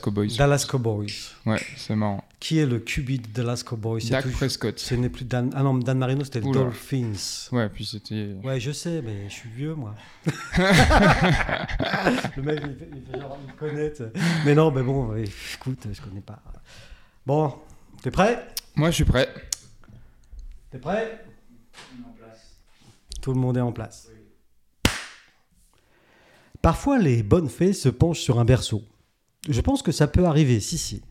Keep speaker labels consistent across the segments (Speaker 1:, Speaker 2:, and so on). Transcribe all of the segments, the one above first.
Speaker 1: Cowboys.
Speaker 2: Dallas Cowboys.
Speaker 1: Ouais, c'est marrant.
Speaker 2: Qui est le QB de Dallas Cowboys C'est
Speaker 1: Dak
Speaker 2: toujours-
Speaker 1: Prescott.
Speaker 2: Ce n'est plus Dan. Ah non, Dan Marino, c'était les
Speaker 1: Oula.
Speaker 2: Dolphins.
Speaker 1: Ouais, puis c'était.
Speaker 2: Ouais, je sais, mais je suis vieux, moi. le mec, il fait, il fait genre, il connaît. tu sais. Mais non, mais bon, ouais, écoute, je connais pas. Bon, t'es prêt
Speaker 1: Moi, je suis prêt.
Speaker 2: T'es prêt Tout le monde est en place. Parfois, les bonnes fées se penchent sur un berceau. Je pense que ça peut arriver, si, si.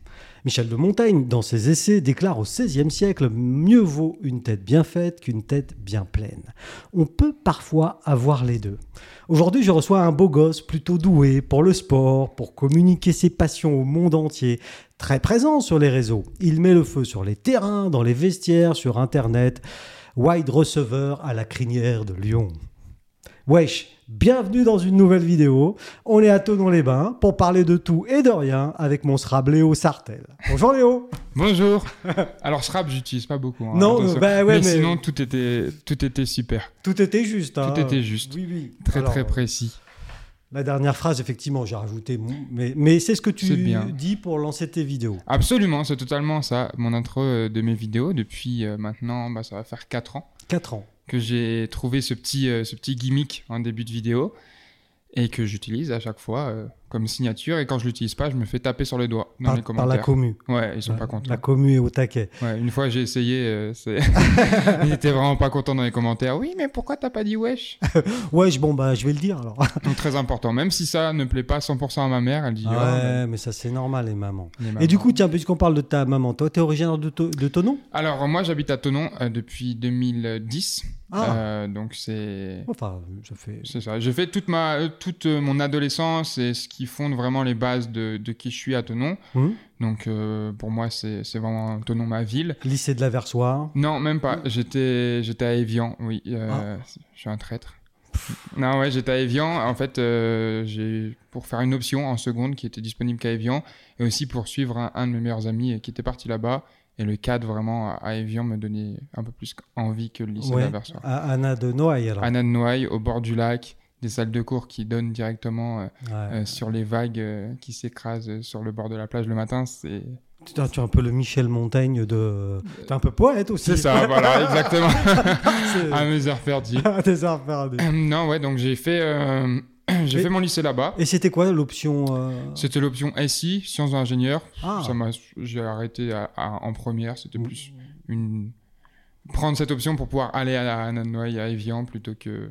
Speaker 2: Michel de Montaigne, dans ses essais, déclare au XVIe siècle Mieux vaut une tête bien faite qu'une tête bien pleine. On peut parfois avoir les deux. Aujourd'hui, je reçois un beau gosse plutôt doué pour le sport, pour communiquer ses passions au monde entier, très présent sur les réseaux. Il met le feu sur les terrains, dans les vestiaires, sur Internet. Wide receiver à la crinière de Lyon. Wesh, bienvenue dans une nouvelle vidéo. On est à Tonon-les-Bains pour parler de tout et de rien avec mon srab Léo Sartel. Bonjour Léo
Speaker 1: Bonjour. Alors, ce rap, j'utilise pas beaucoup. hein,
Speaker 2: Non,
Speaker 1: attention.
Speaker 2: bah ouais,
Speaker 1: mais,
Speaker 2: mais-
Speaker 1: sinon, tout était, tout était super.
Speaker 2: Tout était juste. hein.
Speaker 1: Tout était juste.
Speaker 2: Oui, oui.
Speaker 1: Très,
Speaker 2: Alors,
Speaker 1: très précis.
Speaker 2: La dernière phrase, effectivement, j'ai rajouté, mon- mais, mais c'est ce que tu
Speaker 1: C'est bien.
Speaker 2: dis pour lancer tes vidéos.
Speaker 1: Absolument, c'est totalement ça, mon intro euh, de mes vidéos. Depuis euh, maintenant, bah, ça va faire 4 ans
Speaker 2: 4 ans.
Speaker 1: que j'ai trouvé ce petit, euh, ce petit gimmick en début de vidéo et que j'utilise à chaque fois euh, comme signature. Et quand je l'utilise pas, je me fais taper sur les doigts dans
Speaker 2: par,
Speaker 1: les
Speaker 2: par
Speaker 1: commentaires.
Speaker 2: la commu.
Speaker 1: ouais, ils sont
Speaker 2: La-
Speaker 1: pas hein. contents.
Speaker 2: La commu est au taquet.
Speaker 1: Ouais, une fois j'ai essayé, euh, c'est- ils étaient vraiment pas contents dans les commentaires. Oui, mais pourquoi t'as pas dit wesh
Speaker 2: Wesh, bon, bah, je vais le dire alors.
Speaker 1: Donc très important, même si ça ne plaît pas 100% à ma mère, elle dit. oh,
Speaker 2: ouais, mais ça, c'est normal, les mamans.
Speaker 1: les mamans.
Speaker 2: Et du coup, tiens, puisqu'on parle de ta maman, toi, t'es originaire de, To- de Tonon
Speaker 1: Alors moi j'habite à Tonon euh, depuis 2010,
Speaker 2: Ah,
Speaker 1: Euh, donc c'est
Speaker 2: enfin, ça fait.
Speaker 1: c'est ça. J'ai fait toute ma euh, toute euh, mon adolescence et ce qui fonde vraiment les bases de, de qui je suis à Tonon.
Speaker 2: Hum
Speaker 1: Donc euh, pour moi c'est c'est vraiment Tonon ma ville.
Speaker 2: Lycée de la Versoire.
Speaker 1: Non, même pas. J'étais, j'étais à Evian, oui. euh, Je suis un traître. non, ouais, j'étais à Evian. En fait, euh, j'ai pour faire une option en seconde qui était disponible qu'à Evian et aussi pour suivre un, un de mes meilleurs amis euh, qui était parti là-bas. Et le cadre vraiment à- à Evian me donnait un peu plus envie que le lycée
Speaker 2: Ouais.
Speaker 1: d'Aversoir.
Speaker 2: À Anna de Noailles, alors.
Speaker 1: Anna de Noailles, au bord du lac, des salles de cours qui donnent directement euh,
Speaker 2: Ouais.
Speaker 1: euh, sur les vagues euh, qui s'écrasent euh, sur le bord de la plage le matin. C'est,
Speaker 2: Putain, tu es un peu le Michel Montaigne de. T'es un peu poète aussi.
Speaker 1: c'est ça, voilà, exactement.
Speaker 2: C'est- Ah,
Speaker 1: à mes heures perdues.
Speaker 2: T'es ça à faire des-
Speaker 1: Euh, Non, ouais, donc j'ai fait, euh, j'ai
Speaker 2: Et-
Speaker 1: fait mon lycée là-bas.
Speaker 2: Et c'était quoi l'option euh,
Speaker 1: C'était l'option SI, sciences d'ingénieur.
Speaker 2: Ah,
Speaker 1: Ça m'a, j'ai arrêté à- à- en première. C'était
Speaker 2: Mm.
Speaker 1: plus une prendre cette option pour pouvoir aller à la- à Nanoï, à Evian plutôt
Speaker 2: Euh,
Speaker 1: que,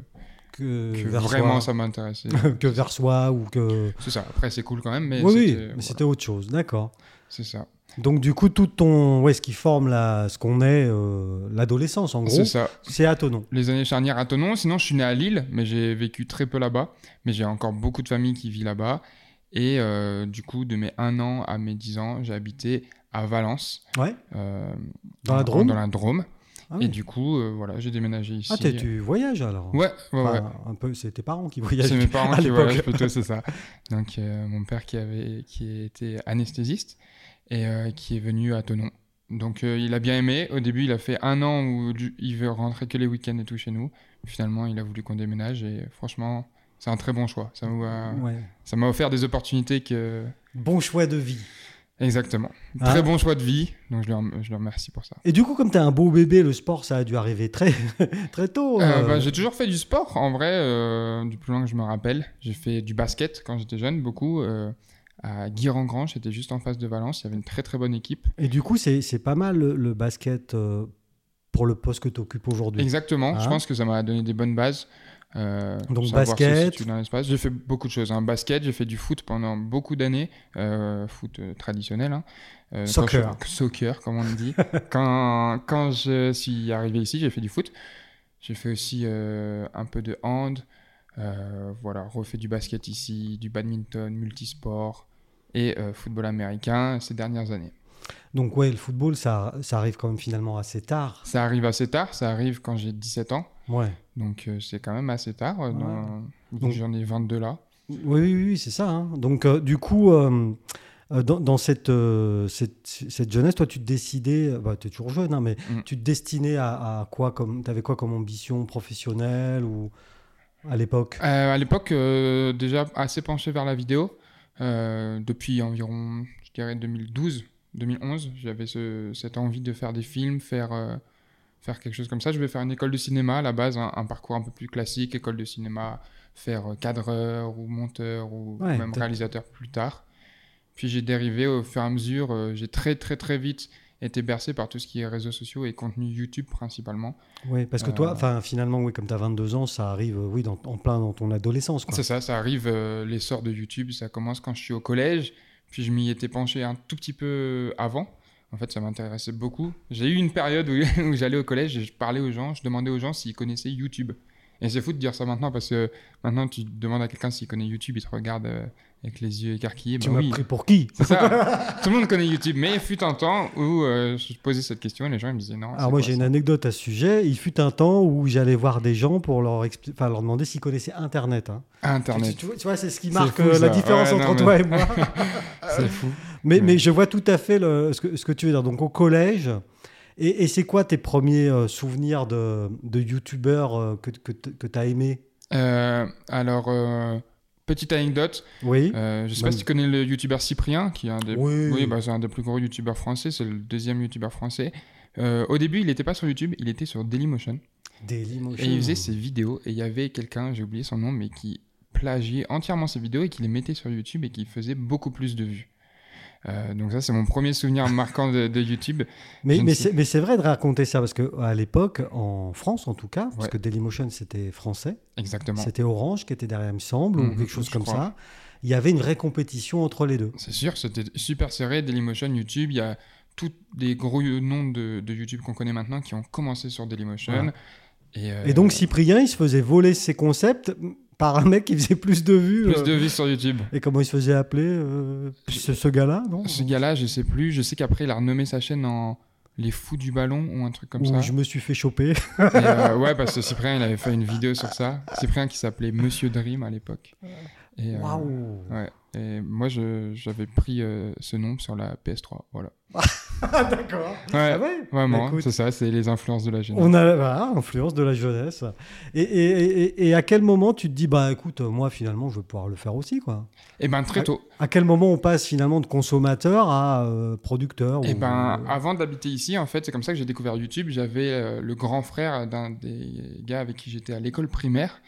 Speaker 2: que,
Speaker 1: que
Speaker 2: Versoix.
Speaker 1: vraiment ça m'intéressait.
Speaker 2: que Versoix ou que.
Speaker 1: c'est ça. Après c'est cool quand même, mais
Speaker 2: oui, oui,
Speaker 1: c'était,
Speaker 2: mais
Speaker 1: voilà,
Speaker 2: c'était autre chose, d'accord.
Speaker 1: c'est ça.
Speaker 2: Donc, du coup, tout ton. Ouais, ce qui forme la... ce qu'on est, euh, l'adolescence, en gros,
Speaker 1: C'est ça.
Speaker 2: c'est à ton nom.
Speaker 1: Les années charnières à Tonon. Sinon, je suis né à Lille, mais j'ai vécu très peu là-bas. Mais j'ai encore beaucoup de familles qui vivent là-bas. Et euh, du coup, de mes 1 an à mes 10 ans, j'ai habité à Valence.
Speaker 2: Ouais,
Speaker 1: euh,
Speaker 2: dans la
Speaker 1: en-
Speaker 2: Drôme.
Speaker 1: Dans la Drôme.
Speaker 2: Ah,
Speaker 1: Et
Speaker 2: oui.
Speaker 1: du coup, euh, voilà, j'ai déménagé ici.
Speaker 2: Ah, t'es- tu voyages alors
Speaker 1: Ouais, ouais, ouais.
Speaker 2: Enfin, Un peu, c'est tes parents qui voyagent.
Speaker 1: C'est mes parents
Speaker 2: à
Speaker 1: qui
Speaker 2: l'époque.
Speaker 1: voyagent plutôt, c'est ça. Donc, euh, mon père qui, avait, qui était anesthésiste et euh, qui est venu à Tonon. Donc, euh, il a bien aimé. Au début, il a fait un an où du- il veut rentrer que les week-ends et tout chez nous. Finalement, il a voulu qu'on déménage et franchement, c'est un très bon choix. Ça m'a
Speaker 2: Ouais.
Speaker 1: ça m'a offert des opportunités que.
Speaker 2: Bon choix de vie.
Speaker 1: Exactement.
Speaker 2: Ah.
Speaker 1: Très bon choix de vie. Donc, je le, rem- je le remercie pour ça.
Speaker 2: Et du coup, comme t'es un beau bébé, le sport, ça a dû arriver très, très tôt.
Speaker 1: Euh,
Speaker 2: euh.
Speaker 1: bah, j'ai toujours fait du sport, en vrai, euh, du plus loin que je me rappelle. J'ai fait du basket quand j'étais jeune, beaucoup. euh, à Guirangrange, j'étais juste en face de Valence. Il y avait une très très bonne équipe.
Speaker 2: Et du coup, c'est c'est pas mal le, le basket euh, pour le poste que t'occupes aujourd'hui.
Speaker 1: Exactement.
Speaker 2: Ah.
Speaker 1: Je pense que ça m'a donné des bonnes bases. euh,
Speaker 2: Donc,
Speaker 1: savoir
Speaker 2: basket.
Speaker 1: se situer dans l'espace. J'ai fait beaucoup de choses. hein. Basket, j'ai fait du foot pendant beaucoup d'années. euh, foot euh, traditionnel. hein. Euh, quand je-
Speaker 2: Soccer.
Speaker 1: soccer, comme on le dit. quand, quand je suis arrivé ici, j'ai fait du foot. J'ai fait aussi euh, un peu de hand. euh, voilà, refait du basket ici, du badminton, multisport et euh, football américain ces dernières années.
Speaker 2: Donc, ouais, le football, ça, ça arrive quand même finalement assez tard.
Speaker 1: Ça arrive assez tard, ça arrive quand j'ai 17 ans.
Speaker 2: Ouais.
Speaker 1: Donc euh, c'est quand même assez tard. euh,
Speaker 2: Ouais.
Speaker 1: dans- vu que
Speaker 2: Donc-
Speaker 1: J'en ai 22 là.
Speaker 2: Oui, oui, oui, oui, c'est ça. hein. Donc, euh, du coup, euh, euh, dans, dans cette, euh, cette, cette jeunesse, toi, tu te décidais, euh, bah, tu es toujours jeune, hein, mais
Speaker 1: Mm.
Speaker 2: tu te destinais à, à quoi comme, T'avais quoi comme ambition professionnelle ou à l'époque
Speaker 1: Euh, à l'époque, euh, déjà assez penché vers la vidéo. Euh, depuis environ, je dirais 2012, 2011, j'avais ce, cette envie de faire des films, faire, euh, faire quelque chose comme ça. Je vais faire une école de cinéma à la base, hein, un, un parcours un peu plus classique, école de cinéma, faire euh, cadreur ou monteur ou
Speaker 2: Ouais,
Speaker 1: même
Speaker 2: t'as-
Speaker 1: réalisateur plus tard. Puis j'ai dérivé au fur et à mesure, euh, j'ai très très très vite été bercé par tout ce qui est réseaux sociaux et contenu YouTube principalement.
Speaker 2: Oui, parce que
Speaker 1: Euh,
Speaker 2: toi, enfin, finalement, oui, comme tu as 22 ans, ça arrive euh, oui, dans- en plein dans ton adolescence. Quoi.
Speaker 1: C'est ça, ça arrive, euh, l'essor de YouTube, ça commence quand je suis au collège, puis je m'y étais penché un tout petit peu avant. En fait, ça m'intéressait beaucoup. J'ai eu une période où, où j'allais au collège et je parlais aux gens, je demandais aux gens s'ils connaissaient YouTube. Et c'est fou de dire ça maintenant parce que maintenant tu demandes à quelqu'un s'il connaît YouTube, il te regarde euh, avec les yeux écarquillés.
Speaker 2: Tu
Speaker 1: Bah
Speaker 2: m'as
Speaker 1: oui,
Speaker 2: pris pour qui
Speaker 1: c'est ça. Tout le monde connaît YouTube, mais il fut un temps où euh, je posais cette question et les gens ils me disaient non. c'est
Speaker 2: Alors Ah, moi
Speaker 1: quoi
Speaker 2: j'ai
Speaker 1: ça
Speaker 2: une anecdote à ce sujet. Il fut un temps où j'allais voir des gens pour leur, expli- enfin, leur demander s'ils connaissaient Internet. hein. Tu,
Speaker 1: Internet.
Speaker 2: tu vois, tu vois, c'est ce qui
Speaker 1: C'est
Speaker 2: marque
Speaker 1: fou,
Speaker 2: euh,
Speaker 1: ça.
Speaker 2: la différence
Speaker 1: Ouais,
Speaker 2: entre
Speaker 1: non,
Speaker 2: toi et moi.
Speaker 1: C'est fou.
Speaker 2: mais, mais
Speaker 1: Ouais.
Speaker 2: je vois tout à fait le- ce, que, ce que tu veux dire. Donc au collège, et, et c'est quoi tes premiers euh, souvenirs de, de youtubeurs euh, que, que, t- que tu as aimé
Speaker 1: Euh, alors, euh, petite anecdote.
Speaker 2: Oui.
Speaker 1: Euh, je sais pas
Speaker 2: Bah oui.
Speaker 1: si tu connais le youtubeur Cyprien, qui est un des,
Speaker 2: Oui.
Speaker 1: bah, c'est un des plus gros youtubeurs français, c'est le deuxième youtubeur français. Euh, au début, il n'était pas sur YouTube, il était sur Dailymotion.
Speaker 2: Dailymotion.
Speaker 1: Et il faisait ses vidéos, et il y avait quelqu'un, j'ai oublié son nom, mais qui plagiait entièrement ses vidéos et qui les mettait sur YouTube et qui faisait beaucoup plus de vues. Euh, donc ça, c'est mon premier souvenir marquant de, de YouTube.
Speaker 2: Mais,
Speaker 1: Je ne
Speaker 2: mais
Speaker 1: sais-
Speaker 2: c'est mais c'est vrai de raconter ça, parce qu'à l'époque, en France en tout cas, parce
Speaker 1: Ouais.
Speaker 2: que Dailymotion c'était français,
Speaker 1: Exactement.
Speaker 2: c'était Orange qui était derrière, il me semble, ou
Speaker 1: Mhm,
Speaker 2: quelque chose
Speaker 1: je
Speaker 2: comme
Speaker 1: crois.
Speaker 2: ça, il y avait une vraie compétition entre les deux.
Speaker 1: C'est sûr, c'était super serré. Dailymotion, YouTube, il y a tous des gros noms de, de YouTube qu'on connaît maintenant qui ont commencé sur Dailymotion. Et, euh,
Speaker 2: Et donc Cyprien, il se faisait voler ses concepts par un mec qui faisait plus de vues.
Speaker 1: plus
Speaker 2: euh,
Speaker 1: de vues sur YouTube.
Speaker 2: Et comment il se faisait appeler euh, ce, ce gars-là, non
Speaker 1: Ce gars-là, je sais plus. Je sais qu'après, il a renommé sa chaîne en Les Fous du Ballon ou un truc comme
Speaker 2: Où
Speaker 1: ça.
Speaker 2: je me suis fait choper.
Speaker 1: Et, euh, ouais, parce que Cyprien, il avait fait une vidéo sur ça. Cyprien qui s'appelait Monsieur Dream à l'époque. Et, euh,
Speaker 2: Waouh
Speaker 1: ouais. Et moi, je- j'avais pris euh, ce nom sur la PS3. Voilà.
Speaker 2: Ah, D'accord.
Speaker 1: Ouais,
Speaker 2: Ah ouais
Speaker 1: vraiment,
Speaker 2: Écoute,
Speaker 1: c'est ça, c'est les influences de la génération.
Speaker 2: On a l'influence influence de la jeunesse. Et, et- et- et à quel moment tu te dis, bah écoute, euh, moi finalement, je vais pouvoir le faire aussi, quoi
Speaker 1: Et ben, très tôt.
Speaker 2: À quel moment on passe finalement de consommateur à euh, producteur
Speaker 1: Et
Speaker 2: ou-
Speaker 1: ben, avant d'habiter ici, en fait, c'est comme ça que j'ai découvert YouTube. J'avais euh, le grand frère d'un des gars avec qui j'étais à l'école primaire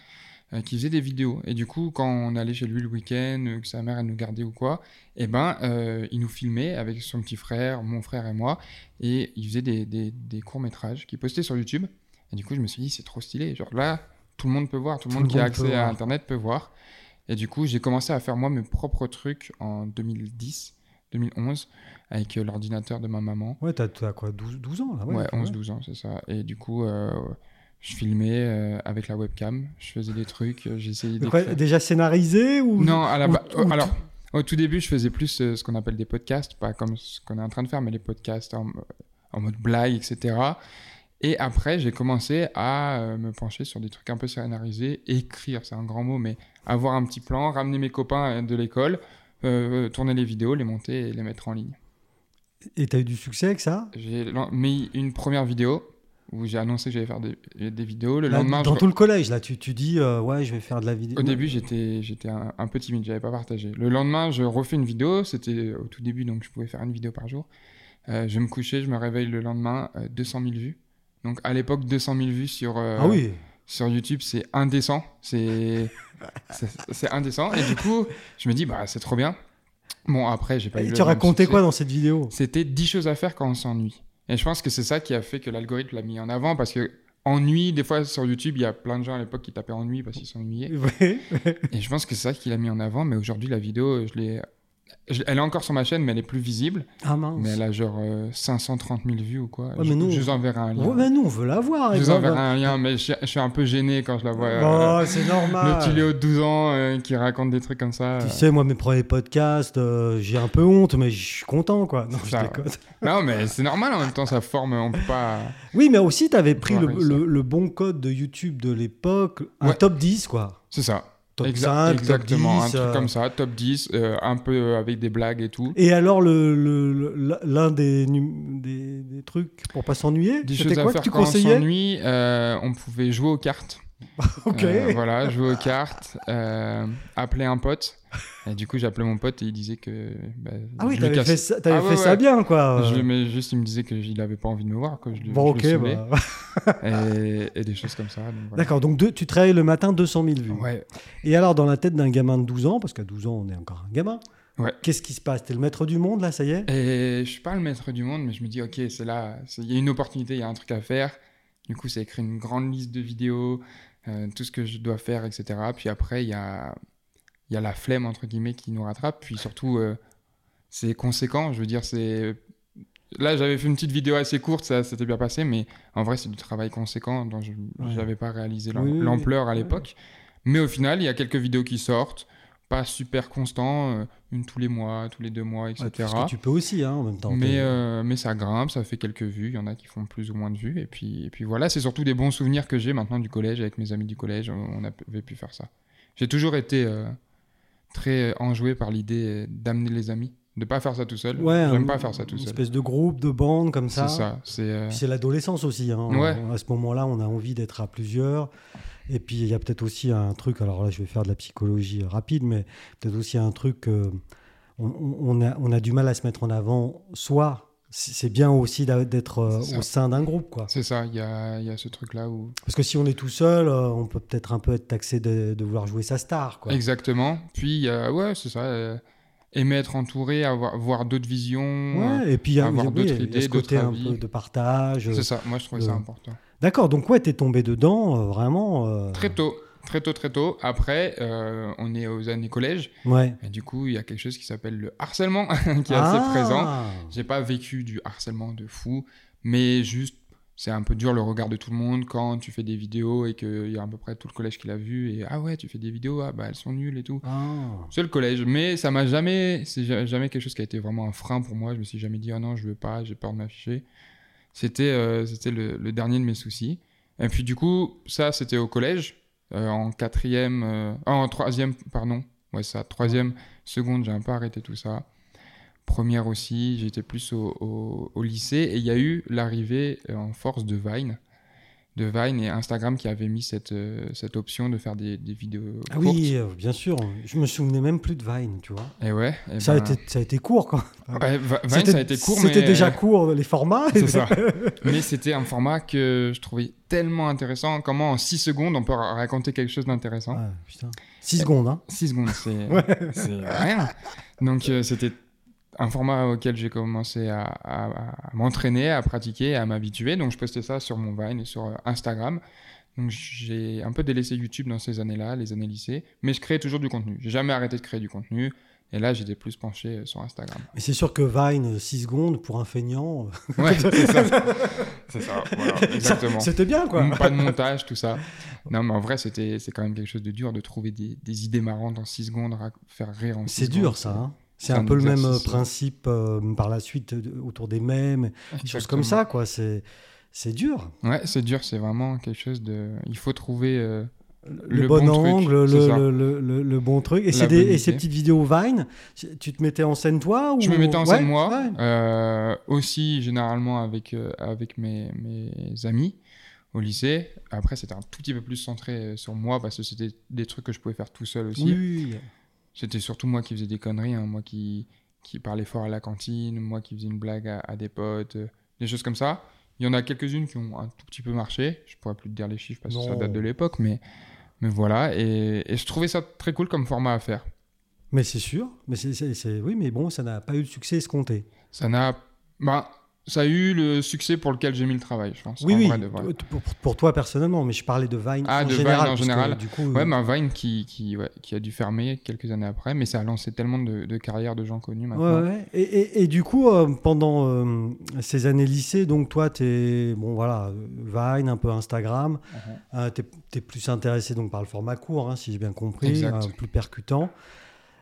Speaker 1: euh, qui faisait des vidéos. Et du coup, quand on allait chez lui le week-end, euh, que sa mère elle nous gardait ou quoi, et ben, euh, il nous filmait avec son petit frère, mon frère et moi, et il faisait des, des- des courts-métrages qu'il postait sur YouTube. Et du coup, je me suis dit, c'est trop stylé. Genre là, tout le monde peut voir, tout le
Speaker 2: Tout
Speaker 1: monde
Speaker 2: le
Speaker 1: qui a
Speaker 2: monde peut
Speaker 1: accès à
Speaker 2: voir.
Speaker 1: Internet peut voir. Et du coup, j'ai commencé à faire moi mes propres trucs en 2010, 2011, avec euh, l'ordinateur de ma maman.
Speaker 2: Ouais, t'as t'as quoi 12, 12 ans là
Speaker 1: Ouais,
Speaker 2: Ah ouais,
Speaker 1: 11-12 ans, c'est ça. Et du coup, euh, je filmais euh, avec la webcam, je faisais des trucs, euh, j'essayais
Speaker 2: Donc, ouais,
Speaker 1: d'écrire.
Speaker 2: Déjà scénarisé ou
Speaker 1: Non, à la
Speaker 2: ou-
Speaker 1: ba-
Speaker 2: ou
Speaker 1: euh, alors, au tout début, je faisais plus euh, ce qu'on appelle des podcasts, pas comme ce qu'on est en train de faire, mais les podcasts en, euh, en mode blague, etc. Et après, j'ai commencé à euh, me pencher sur des trucs un peu scénarisés, écrire, c'est un grand mot, mais avoir un petit plan, ramener mes copains euh, de l'école, euh, tourner les vidéos, les monter et les mettre en ligne.
Speaker 2: Et t'as eu du succès avec ça
Speaker 1: J'ai lan- mis une première vidéo où j'ai annoncé que j'allais faire des, des vidéos. Le
Speaker 2: Là,
Speaker 1: lendemain,
Speaker 2: dans
Speaker 1: je-
Speaker 2: tout le collège, là, tu, tu dis, euh, ouais, je vais faire de la vidéo.
Speaker 1: au début, j'étais j'étais un, un peu timide, j'avais pas partagé. Le lendemain, je refais une vidéo. C'était au tout début, donc je pouvais faire une vidéo par jour. Euh, je me couchais, je me réveille le lendemain, euh, 200 000 vues. Donc à l'époque, 200 000 vues sur, euh,
Speaker 2: Ah oui,
Speaker 1: sur YouTube, c'est indécent. C'est c'est c'est indécent. Et du coup, je me dis, bah c'est trop bien. Bon, après, j'ai pas eu
Speaker 2: Et
Speaker 1: le
Speaker 2: tu
Speaker 1: même
Speaker 2: racontais
Speaker 1: succès.
Speaker 2: quoi dans cette vidéo
Speaker 1: C'était 10 choses à faire quand on s'ennuie. Et je pense que c'est ça qui a fait que l'algorithme l'a mis en avant parce que ennui, des fois sur YouTube, il y a plein de gens à l'époque qui tapaient ennui parce qu'ils s'ennuyaient.
Speaker 2: Ouais.
Speaker 1: Et je pense que c'est ça qui l'a mis en avant. Mais aujourd'hui, la vidéo, je l'ai. je- Elle est encore sur ma chaîne, mais elle est plus visible.
Speaker 2: Ah mince.
Speaker 1: Mais elle a genre euh, 530 000 vues ou quoi.
Speaker 2: Ouais,
Speaker 1: je,
Speaker 2: mais nous-
Speaker 1: je vous enverrai un lien.
Speaker 2: Ouais, mais nous, on veut la voir.
Speaker 1: je
Speaker 2: et
Speaker 1: vous
Speaker 2: ben,
Speaker 1: enverrai
Speaker 2: ben-
Speaker 1: un lien, mais je, je suis un peu gêné quand je la vois. euh,
Speaker 2: Oh, c'est
Speaker 1: le petit
Speaker 2: normal.
Speaker 1: Léo de 12 ans euh, qui raconte des trucs comme ça.
Speaker 2: Tu
Speaker 1: euh.
Speaker 2: sais, moi, mes premiers podcasts, euh, j'ai un peu honte, mais je suis content, quoi. Non,
Speaker 1: C'est
Speaker 2: je
Speaker 1: ça.
Speaker 2: déconne.
Speaker 1: Non, mais c'est normal en même temps, ça forme. On peut pas.
Speaker 2: Oui, mais aussi, tu avais pris le,
Speaker 1: Ouais, ça.
Speaker 2: le- le bon code de YouTube de l'époque, un
Speaker 1: Ouais.
Speaker 2: top 10, quoi.
Speaker 1: C'est ça.
Speaker 2: Top
Speaker 1: Exa-
Speaker 2: 5,
Speaker 1: exactement,
Speaker 2: top 10.
Speaker 1: un truc
Speaker 2: euh,
Speaker 1: comme ça, top 10, euh, un peu euh, avec des blagues et tout.
Speaker 2: Et alors, le- le- le- l'un des, num- des, des trucs pour pas s'ennuyer,
Speaker 1: Des
Speaker 2: c'était
Speaker 1: choses à
Speaker 2: quoi que
Speaker 1: faire
Speaker 2: tu
Speaker 1: quand on
Speaker 2: conseillais
Speaker 1: s'ennuie, euh, on pouvait jouer aux cartes.
Speaker 2: ok.
Speaker 1: Euh, voilà, jouer aux cartes, euh, appeler un pote. Et du coup, j'appelais mon pote et il disait que. bah,
Speaker 2: ah oui,
Speaker 1: je lui
Speaker 2: t'avais
Speaker 1: casse-
Speaker 2: fait ça, t'avais
Speaker 1: Ah
Speaker 2: fait
Speaker 1: ouais,
Speaker 2: ça
Speaker 1: ouais.
Speaker 2: bien, quoi.
Speaker 1: Je- mais juste, il me disait qu'il n'avait pas envie de me voir. Que je, le-
Speaker 2: bon,
Speaker 1: je le
Speaker 2: ok.
Speaker 1: saoulais.
Speaker 2: bah.
Speaker 1: et, et des choses comme ça. donc voilà.
Speaker 2: D'accord, donc deux- tu travailles le matin 200 000 vues.
Speaker 1: Ouais.
Speaker 2: Et alors, dans la tête d'un gamin de 12 ans, parce qu'à 12 ans, on est encore un gamin,
Speaker 1: Ouais.
Speaker 2: qu'est-ce qui se passe T'es le maître du monde, là, ça y est
Speaker 1: Et je suis pas le maître du monde, mais je me dis, ok, c'est là, c'est- il y a une opportunité, il y a un truc à faire. Du coup, c'est écrit une grande liste de vidéos, euh, tout ce que je dois faire, etc. Puis après, il y a, il y a la flemme, entre guillemets, qui nous rattrape. Puis surtout, euh, c'est conséquent. Je veux dire, c'est. Là, j'avais fait une petite vidéo assez courte, ça s'était bien passé, mais en vrai, c'est du travail conséquent dont je
Speaker 2: Ouais.
Speaker 1: n'avais pas réalisé l'am-
Speaker 2: Oui, oui, oui.
Speaker 1: l'ampleur à
Speaker 2: Ouais.
Speaker 1: l'époque. Mais au final, il y a quelques vidéos qui sortent, pas super constant, euh, une tous les mois, tous les deux mois, etc.
Speaker 2: Ouais, parce que tu peux aussi, hein, en même temps.
Speaker 1: Mais,
Speaker 2: T'es-
Speaker 1: euh, mais ça grimpe, ça fait quelques vues. Il y en a qui font plus ou moins de vues. Et puis, et puis voilà, c'est surtout des bons souvenirs que j'ai maintenant du collège avec mes amis du collège. On on avait pu faire ça. J'ai toujours été euh, très euh, enjoué par l'idée euh, d'amener les amis, de pas faire ça tout seul.
Speaker 2: Ouais,
Speaker 1: euh, J'aime
Speaker 2: un-
Speaker 1: pas faire ça tout
Speaker 2: Une
Speaker 1: seul.
Speaker 2: espèce de groupe, de bande, comme
Speaker 1: C'est
Speaker 2: ça.
Speaker 1: ça. C'est euh,
Speaker 2: Puis c'est l'adolescence aussi. hein.
Speaker 1: Ouais.
Speaker 2: On- À ce moment-là, on a envie d'être à plusieurs. Et puis, il y a peut-être aussi un truc, alors là, je vais faire de la psychologie euh, rapide, mais peut-être aussi un truc, euh, on, on- on a, on a du mal à se mettre en avant soi. C'est c'est bien aussi d'a- d'être euh,
Speaker 1: C'est ça.
Speaker 2: au sein d'un groupe, quoi.
Speaker 1: c'est ça. Il y a, il y a ce truc là où
Speaker 2: Parce que si on est tout seul, euh, on peut peut-être un peu être taxé de, de vouloir jouer sa star. Quoi.
Speaker 1: exactement. Puis euh, ouais, c'est ça. euh, aimer être entouré, avoir voir d'autres visions. euh,
Speaker 2: Ouais, et puis il y a,
Speaker 1: Avoir
Speaker 2: oui,
Speaker 1: d'autres
Speaker 2: il y a
Speaker 1: idées,
Speaker 2: ce côté
Speaker 1: d'autres
Speaker 2: un
Speaker 1: avis.
Speaker 2: peu de partage.
Speaker 1: c'est ça. Moi, je trouvais
Speaker 2: euh,
Speaker 1: ça important.
Speaker 2: D'accord, donc ouais, t'es tombé dedans, euh, vraiment. euh,
Speaker 1: Très tôt, très tôt, très tôt. Après, euh, on est aux années collège.
Speaker 2: ouais.
Speaker 1: Et du coup, il y a quelque chose qui s'appelle le harcèlement, qui est
Speaker 2: Ah
Speaker 1: assez présent. J'ai pas vécu du harcèlement de fou, mais juste, c'est un peu dur le regard de tout le monde quand tu fais des vidéos et qu'il y a à peu près tout le collège qui l'a vu. Et ah ouais, tu fais des vidéos, ah bah elles sont nulles et tout.
Speaker 2: Ah.
Speaker 1: C'est le collège, mais ça m'a jamais, c'est ja- jamais quelque chose qui a été vraiment un frein pour moi. Je me suis jamais dit, oh non, je veux pas, j'ai peur de m'afficher. C'était, euh, c'était le, le dernier de mes soucis. Et puis du coup, ça, c'était au collège, Euh, en quatrième, euh, ah, en troisième, pardon. Ouais, ça, troisième, seconde, j'ai un peu arrêté tout ça. Première aussi, j'étais plus au, au- au lycée et il y a eu l'arrivée euh, en force de Vine, de Vine et Instagram qui avait mis cette, euh, cette option de faire des, des vidéos
Speaker 2: Ah
Speaker 1: courtes.
Speaker 2: oui, euh, bien sûr. Je me souvenais même plus de Vine, tu vois.
Speaker 1: Et ouais. et
Speaker 2: ça,
Speaker 1: ben-
Speaker 2: a été, ça a été court, quoi.
Speaker 1: Ouais, Va- Vine,
Speaker 2: C'était-
Speaker 1: ça a été court, mais
Speaker 2: C'était déjà court, euh, les formats.
Speaker 1: C'est ça. mais c'était un format que je trouvais tellement intéressant. Comment en 6 secondes on peut ra- raconter quelque chose d'intéressant
Speaker 2: Ah, putain.
Speaker 1: Eh
Speaker 2: 6 secondes, hein.
Speaker 1: 6 secondes, c'est
Speaker 2: Ouais.
Speaker 1: c'est rien. Donc euh, c'était un format auquel j'ai commencé à, à- à m'entraîner, à pratiquer, à m'habituer. Donc je postais ça sur mon Vine et sur euh, Instagram. Donc j'ai un peu délaissé YouTube dans ces années-là, les années lycée, mais je créais toujours du contenu. J'ai jamais arrêté de créer du contenu. Et là, j'étais plus penché euh, sur Instagram.
Speaker 2: Mais c'est sûr que Vine, 6 secondes pour un feignant, euh,
Speaker 1: Ouais, c'est ça. C'est ça, voilà, exactement.
Speaker 2: c'était bien, quoi.
Speaker 1: Mm, Pas de montage, tout ça. Non, mais en vrai, c'était, c'est quand même quelque chose de dur de trouver des, des idées marrantes en 6 secondes, rac- faire rire en six
Speaker 2: C'est dur,
Speaker 1: secondes.
Speaker 2: ça. hein. C'est
Speaker 1: euh, c'est
Speaker 2: un,
Speaker 1: un
Speaker 2: peu le même euh,
Speaker 1: exercice, ouais.
Speaker 2: principe euh, par la suite euh, autour des mèmes, des choses hein. comme ça, quoi. C'est c'est dur.
Speaker 1: Ouais, c'est dur, c'est vraiment quelque chose de. Il faut trouver. euh,
Speaker 2: Le,
Speaker 1: Le
Speaker 2: bon,
Speaker 1: bon truc,
Speaker 2: angle, le,
Speaker 1: c'est ça.
Speaker 2: le- le- le- le bon truc.
Speaker 1: La
Speaker 2: Et, c'est des-
Speaker 1: bonne
Speaker 2: et ces
Speaker 1: idée.
Speaker 2: petites vidéos Vine, tu- tu te mettais en scène toi ou...
Speaker 1: Je me mettais en
Speaker 2: Ouais,
Speaker 1: scène moi,
Speaker 2: ouais.
Speaker 1: euh, aussi généralement avec, euh, avec mes, mes amis au lycée. Après, c'était un tout petit peu plus centré euh, sur moi parce que c'était des trucs que je pouvais faire tout seul aussi.
Speaker 2: Oui, oui, oui.
Speaker 1: C'était surtout moi qui faisais des conneries, hein, moi qui, qui parlais fort à la cantine, moi qui faisais une blague à, à des potes, euh, des choses comme ça. Il y en a quelques-unes qui ont un tout petit peu marché. Je pourrais plus te dire les chiffres parce que ça
Speaker 2: Non.
Speaker 1: date de l'époque, mais, mais voilà. Et, et je trouvais ça très cool comme format à faire.
Speaker 2: Mais c'est sûr. Mais c'est, c'est- c'est- Oui, mais bon, ça n'a pas eu le succès escompté.
Speaker 1: Ça n'a. Bah, ça a eu le succès pour lequel j'ai mis le travail, je pense.
Speaker 2: Oui,
Speaker 1: en
Speaker 2: oui.
Speaker 1: vrai de vrai.
Speaker 2: t- Pour, pour toi personnellement, mais je parlais de Vine
Speaker 1: Ah,
Speaker 2: en
Speaker 1: de Vine
Speaker 2: général.
Speaker 1: en
Speaker 2: parce que,
Speaker 1: général.
Speaker 2: du coup, euh,
Speaker 1: Ouais, ma Vine qui, qui, ouais, qui a dû fermer quelques années après, mais ça a lancé tellement de, de carrières de gens connus
Speaker 2: ouais,
Speaker 1: maintenant.
Speaker 2: ouais. Et, et- et du coup, euh, pendant euh, ces années lycée, donc toi, t'es bon, voilà, Vine, un peu Instagram.
Speaker 1: Mhm.
Speaker 2: Euh, t'es, t'es plus intéressé donc par le format court, hein, si j'ai bien compris,
Speaker 1: Exact.
Speaker 2: euh, plus percutant.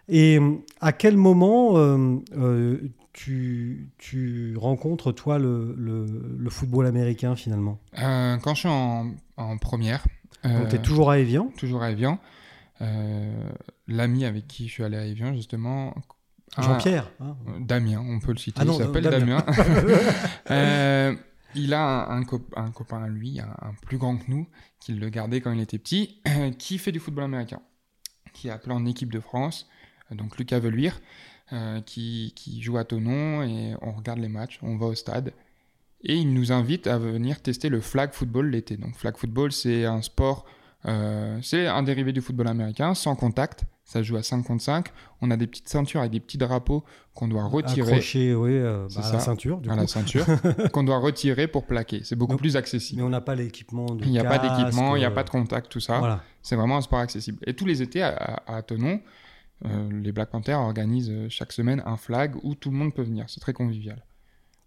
Speaker 2: Et euh, à quel moment euh, euh, tu, tu rencontres toi le, le- le football américain finalement
Speaker 1: Euh, quand je suis en, en première.
Speaker 2: Donc t'es
Speaker 1: euh,
Speaker 2: toujours à Evian
Speaker 1: toujours à Evian. Euh, L'ami avec qui je suis allé à Evian, justement. un-
Speaker 2: Jean-Pierre. hein.
Speaker 1: Damien, on peut le citer,
Speaker 2: Ah non,
Speaker 1: il s'appelle
Speaker 2: Damien.
Speaker 1: Damien. Euh, Il a un, un, cop- un copain à lui, un, un plus grand que nous, qui le gardait quand il était petit, qui fait du football américain, qui est appelé en équipe de France, euh, donc Lucas Veluire, euh, qui, qui joue à Tonon et on regarde les matchs, on va au stade. Et il nous invite à venir tester le flag football l'été. Donc flag football, c'est un sport, euh, c'est un dérivé du football américain, sans contact. Ça se joue à 5 contre 5. On a des petites ceintures avec des petits drapeaux qu'on doit retirer
Speaker 2: Accroché, oui, euh,
Speaker 1: C'est
Speaker 2: bah, à
Speaker 1: ça.
Speaker 2: la ceinture, du
Speaker 1: à
Speaker 2: coup.
Speaker 1: la ceinture, qu'on doit retirer pour plaquer. C'est beaucoup
Speaker 2: Donc,
Speaker 1: plus
Speaker 2: Mais
Speaker 1: accessible.
Speaker 2: on n'a pas l'équipement de
Speaker 1: Il n'y a pas
Speaker 2: casque,
Speaker 1: d'équipement, il n'y a
Speaker 2: euh,
Speaker 1: pas de contact, tout ça.
Speaker 2: Voilà.
Speaker 1: C'est vraiment un sport accessible. Et tous les étés à, à, à Thonon, euh, les Black Panthers organisent euh, chaque semaine un flag où tout le monde peut venir. C'est très convivial.